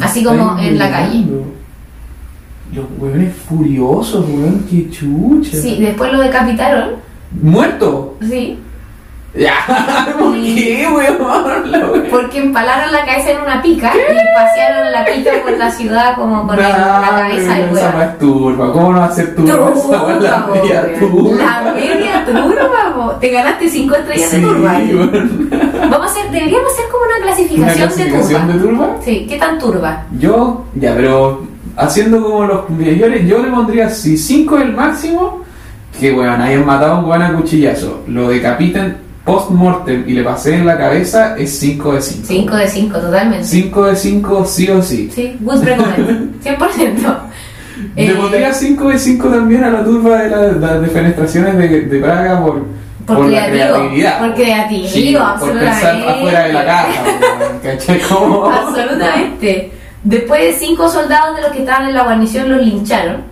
Así como Estoy en la calle. mirando. Los weones furiosos, weón, qué chucha. Sí, después lo decapitaron, ¿Muerto? sí, Ya, ¿por Sí. qué, weón? La weón. porque empalaron la cabeza en una pica y pasearon la pica por la ciudad como con el- la Nah, cabeza del weón, Esa weón. weá es turba, ¿cómo no va a ser turba? Esa weá es la po, media weón. turba. La media turba, po. Te ganaste 5 estrellas Sí, de turba. weón. Vamos a hacer, deberíamos hacer como una clasificación, ¿Una clasificación de de turba. turba? Sí, ¿qué tan turba? Yo, ya, pero haciendo como los mayores, yo le pondría si 5 el máximo, que weón, hayan matado a un weón a cuchillazo, lo decapiten post-mortem y le paseen la cabeza, es 5 de 5. 5 de 5, totalmente. Sí, 5 de 5 sí o sí. good recommend. 100%. Le Eh, pondría 5 de 5 también a la turba de la- las defenestraciones de, de Praga por, Por la creativo, creatividad. por creativo, Sí, por pensar absolutamente. afuera de la caja, weón, ¿cachai? Como- Absolutamente. Después de 5 soldados de los que estaban en la guarnición los lincharon.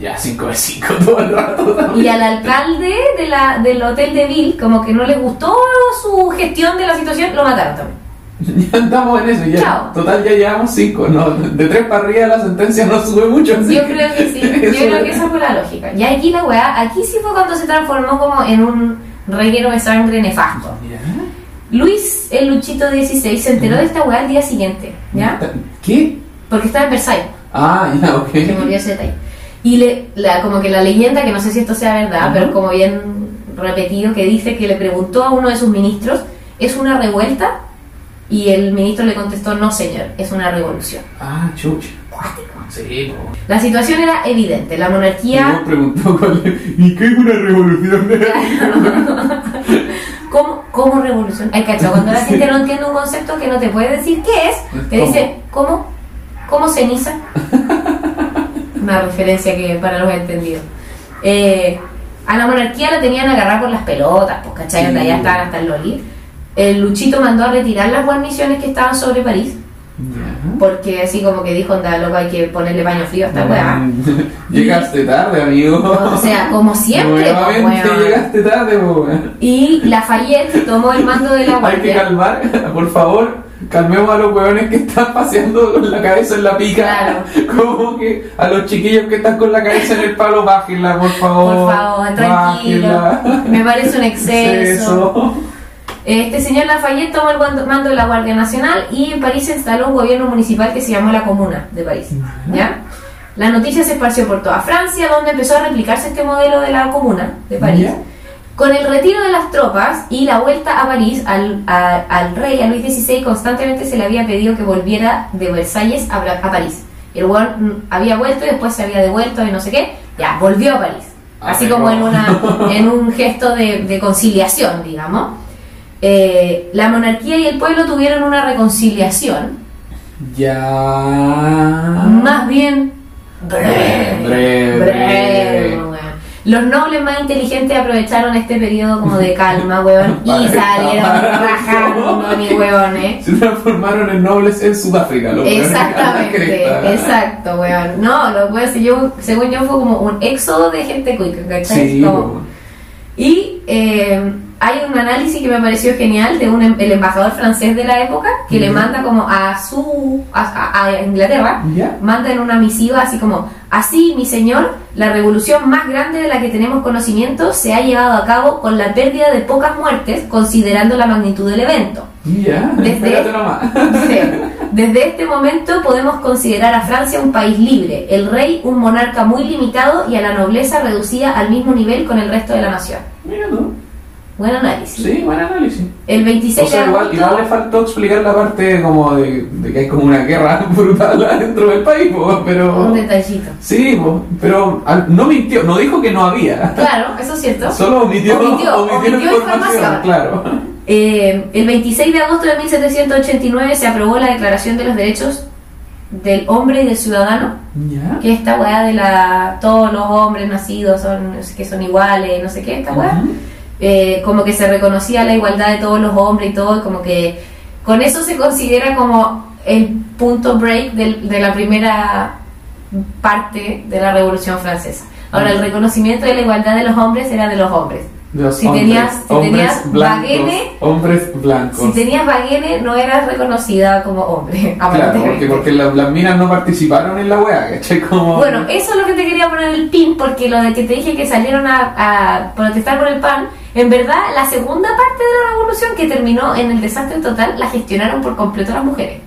Ya, 5 de 5 todo el rato Y al alcalde de la, del hotel de Bill, como que no les gustó su gestión de la situación, lo mataron también. Ya andamos en eso, ya. Chao. Total, ya llevamos cinco. No, de tres para arriba la sentencia no sube mucho. así Yo creo que sí, yo eso- creo que esa fue la lógica. Y aquí la weá, aquí sí fue cuando se transformó como en un reguero de sangre nefasto. Ya. Luis, el Luchito 16, se enteró de esta weá al día siguiente, ¿ya? ¿Qué? Porque estaba en Versailles, Ah, ya, ok. se me olvidó ese detalle. Y le, la, como que la leyenda, que no sé si esto sea verdad, Ajá. pero como bien repetido, que dice que le preguntó a uno de sus ministros, ¿es una revuelta? Y el ministro le contestó, no señor, es una revolución. Ah, chucha. Sí, po. La situación era evidente, la monarquía... Y luego preguntó cuál es- ¿Y qué es una revolución? cómo revolucionar. Ay, ¿cachai? Cuando la gente no entiende un concepto que no te puede decir qué es, te ¿Cómo? dice, ¿cómo? ¿Cómo ceniza? Una referencia que para los entendidos. Eh, a la monarquía la tenían agarrada por las pelotas, pues, ¿cachai? Sí. Onda, Ya estaban hasta el Loli. El Luchito mandó a retirar las guarniciones que estaban sobre París, Ya. porque así como que dijo, onda, loco, hay que ponerle baño frío a esta weá. Ah, Llegaste tarde, amigo. O sea, como siempre, pues, Nuevamente weón. llegaste tarde, pues, weón. Y Lafayette tomó el mando de la Hay que guardia. calmar, por favor, calmemos a los hueones que están paseando con la cabeza en la pica. Claro. Como que a los chiquillos que están con la cabeza en el palo, bájenla, por favor. Por favor, tranquilo. bájenla. Me parece un exceso. Exceso. Este señor Lafayette tomó el guando- mando de la Guardia Nacional y en París se instaló un gobierno municipal que se llamó la Comuna de París. ¿ya? La noticia se esparció por toda Francia, donde empezó a replicarse este modelo de la Comuna de París. Ya. Con el retiro de las tropas y la vuelta a París, al, a- al rey, a Luis XVI, constantemente se le había pedido que volviera de Versalles a, Bra- a París. El weón mm, había vuelto y después se había devuelto y no sé qué. Ya, volvió a París. Ah, Así pero- como en, una, en un gesto de, de conciliación, digamos. Eh, la monarquía y el pueblo tuvieron una reconciliación, Ya. más bien breve. Breve, breve. weón. Los nobles más inteligentes aprovecharon este periodo como de calma, weón, y Para salieron escapar. rajando, mi weón, eh. Se transformaron en nobles en Sudáfrica, los hueones. A la cresta. Exactamente, exacto, weón. No, lo weón, si yo, según yo fue como un éxodo de gente cuica, ¿cachai? Sí, Como- weón. Y eh, hay un análisis que me pareció genial de un em- el embajador francés de la época que le Ya. manda como a su a, a- a Inglaterra Ya. manda en una misiva así como así mi señor la revolución más grande de la que tenemos conocimiento se ha llevado a cabo con la pérdida de pocas muertes considerando la magnitud del evento Ya. Desde- Espérate nomás. Dice, Desde este momento podemos considerar a Francia un país libre, el rey un monarca muy limitado y a la nobleza reducida al mismo nivel con el resto de la nación. Mira tú. Buen análisis. Sí, buen análisis. El O 26 sea, de igual, agosto. igual le faltó explicar la parte como de, de que hay como una guerra brutal adentro del país, po, pero... Un detallito. Sí, po, pero al- no mintió, no dijo que no había. Claro, eso es cierto. Solo omitió, Omitió, omitió información. claro. Eh, el 26 de agosto de 1789 se aprobó la Declaración de los Derechos del Hombre y del Ciudadano, ¿Ya? que esta weá de la todos los hombres nacidos son no sé qué, son iguales, no sé qué, esta weá. Ujú. Eh, como que se reconocía la igualdad de todos los hombres y todo, y como que con eso se considera como el punto break del- de la primera parte de la Revolución Francesa. Ahora, el reconocimiento de la igualdad de los hombres era de los hombres. De los Si hombres, tenías- si hombres tenías blancos, baguene- hombres blancos. Si tenías baguene, no eras reconocida como hombre, Claro, porque, aparentemente. porque las, las minas no participaron en la wea, ¿cachai? Como... Bueno, eh, eso es lo que te quería poner el pin, porque lo de que te dije que salieron a, a protestar por el pan, en verdad la segunda parte de la revolución que terminó en el desastre total la gestionaron por completo las mujeres.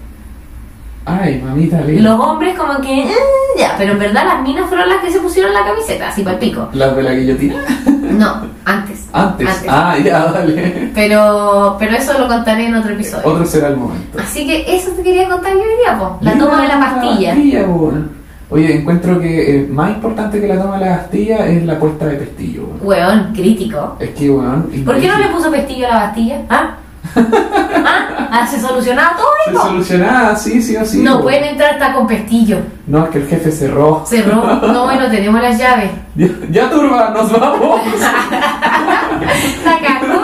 Ay, mamita linda. Los hombres como que, "Mm, ya, pero en verdad las minas fueron las que se pusieron la camiseta, así para pico. ¿Las de la guillotina? No, antes. Antes. Ah, ya, dale. Pero, pero eso lo contaré en otro episodio. Otro será el momento. Así que eso te quería contar yo hoy día, po. La Mira, toma de la pastilla. weón. Oye, encuentro que eh, más importante que la toma de la pastilla es la puesta de pestillo. weón. Weón, crítico. Es que, weón. ¿Por qué no le puso pestillo a la pastilla? ¿Ah? ¿Ah? ¿Ah? ¿Se solucionaba todo, Se hijo? solucionaba, sí, sí o sí. no weón. pueden entrar hasta con pestillo. No, es que el jefe cerró. Cerró. No, bueno, tenemos las llaves. Ya, ya, turba, nos vamos. La cagó.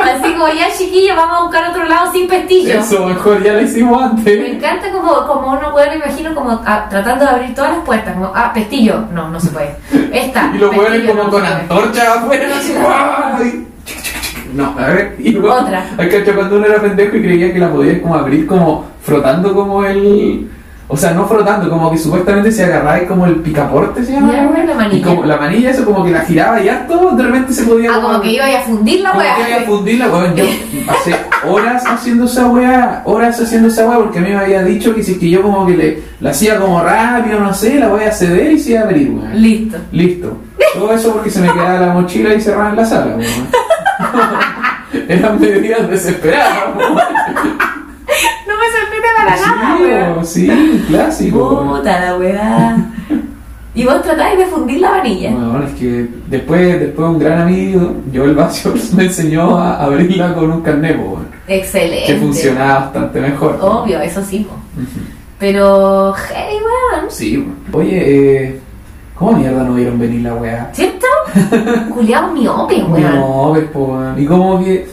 Así como ya, chiquillos, vamos a buscar otro lado sin pestillo. Eso, mejor ya lo hicimos Me antes. encanta como, como uno puede, me imagino, como ah, tratando de abrir todas las puertas. Como, ah, pestillo. No, no se puede. Esta. Y los hueones pestillo, como no con se puede. antorcha afuera. así, ¡guay! Chic, chic, chic. No, a ver, y luego- Otra. Ay, cacho, cuando uno era pendejo y creía que la podías como abrir como frotando como el... O sea, no frotando, como que supuestamente se agarraba y como el picaporte, ¿se llama? Ya, bueno, la manilla. Y como la manilla, eso como que la giraba y harto, de repente se podía... Ah, como que iba a fundir la como que iba a hueá. fundir la weón. Yo pasé horas haciendo esa weá, horas haciendo esa weá, porque a mí me había dicho que si es que yo como que le, la hacía como rápido, no sé, la voy a ceder y se iba a abrir, weón. Listo. Listo. Todo eso porque se me quedaba la mochila y cerraba en la sala. po. Eran medidas desesperadas. po. No me sorprende para nada, Sí, weón. po, sí, clásico. po. Puta la weá. Y vos tratáis de fundir la varilla. Bueno, es que después, después un gran amigo, Joel Bachos, me enseñó a abrirla con un carnet, po, bueno, Excelente. que funcionaba bastante mejor. Este. Obvio, eso sí. po. Ujú. Pero, hey, weón. Sí, bueno. Oye, eh, ¿cómo mierda no vieron venir la weá? ¿Cierto? Culeado miope, weón. No, ves, po, weón. y como que.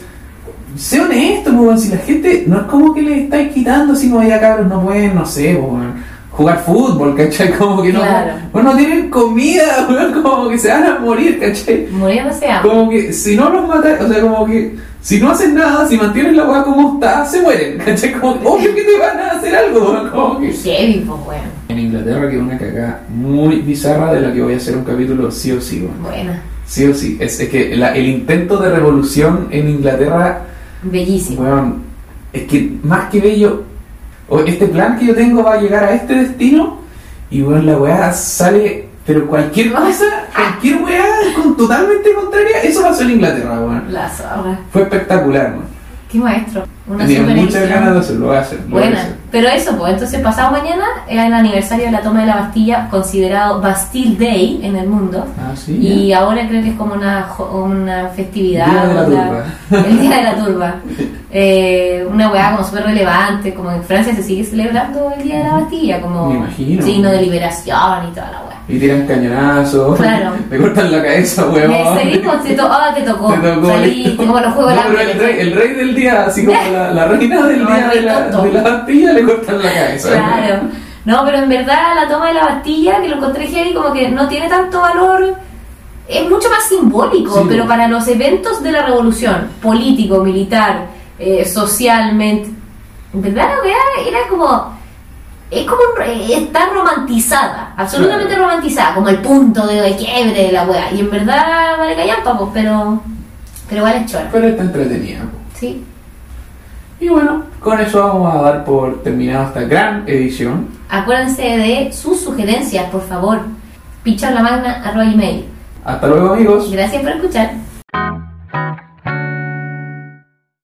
Sé honesto, po, weón, si la gente. No es como que le estáis quitando, así como ya cabros no pueden, no sé, po, weón, jugar fútbol, ¿cachai? Como que no. Claro. Bueno, no tienen comida, weón, como que se van a morir, ¿cachai? Muriéndose a Como que si no los matas, o sea, como que si no hacen nada, si mantienes la weá como está, se mueren, ¿cachai? Como que, obvio que te van a hacer algo, weón, como que. Heavy, pues, weón. En Inglaterra que una cagada muy bizarra de la que voy a hacer un capítulo sí o sí, weón. Buena. Sí o sí, es, es que la- el intento de revolución en Inglaterra, Bellísimo. weón, es que más que bello, o- este plan que yo tengo va a llegar a este destino y weón, la weá sale, pero cualquier cosa, cualquier weá con, totalmente contraria, eso pasó en Inglaterra, weón. La zorra. Fue espectacular, weón. Qué maestro. Una Tenía super muchas edición. ganas de hacerlo, lo voy a hacer. lo voy a Buena. hacer. Pero eso, pues entonces pasado mañana es el aniversario de la toma de la Bastilla, considerado Bastille Day en el mundo. Ah, sí. Y ahora creo que es como una, jo- una festividad. Día de la una- El Día de la Turba. Eh, una weá como súper relevante, como en Francia se sigue celebrando el Día de la Bastilla, como Me imagino. signo de liberación y toda la weá. ya. Y tiran cañonazos, Claro. te cortan la cabeza, weón. Eh, seguimos, te, to- ah, te tocó. Te tocó, Salí, listo. como los juegos No, del pero hambre. el, rey, el rey del día, así como la, la reina del No, día el de la, tonto. de la Bastilla, le cortan la cabeza. Claro. No, pero en verdad la toma de la Bastilla, que lo encontré ahí como que no tiene tanto valor, es mucho más simbólico, Sí. pero para los eventos de la revolución, político, militar, eh, socialmente, en verdad la weá era como... Es como un- eh, está romantizada, absolutamente Claro. romantizada, como el punto de, de quiebre de la weá. Y en verdad vale callampa, pues, pero, pero igual es chora. Pero está entretenida. Sí. Y bueno, con eso vamos a dar por terminada esta gran edición. Acuérdense de sus sugerencias, por favor. Pichar la magna arroba email. Hasta luego, amigos. Gracias por escuchar.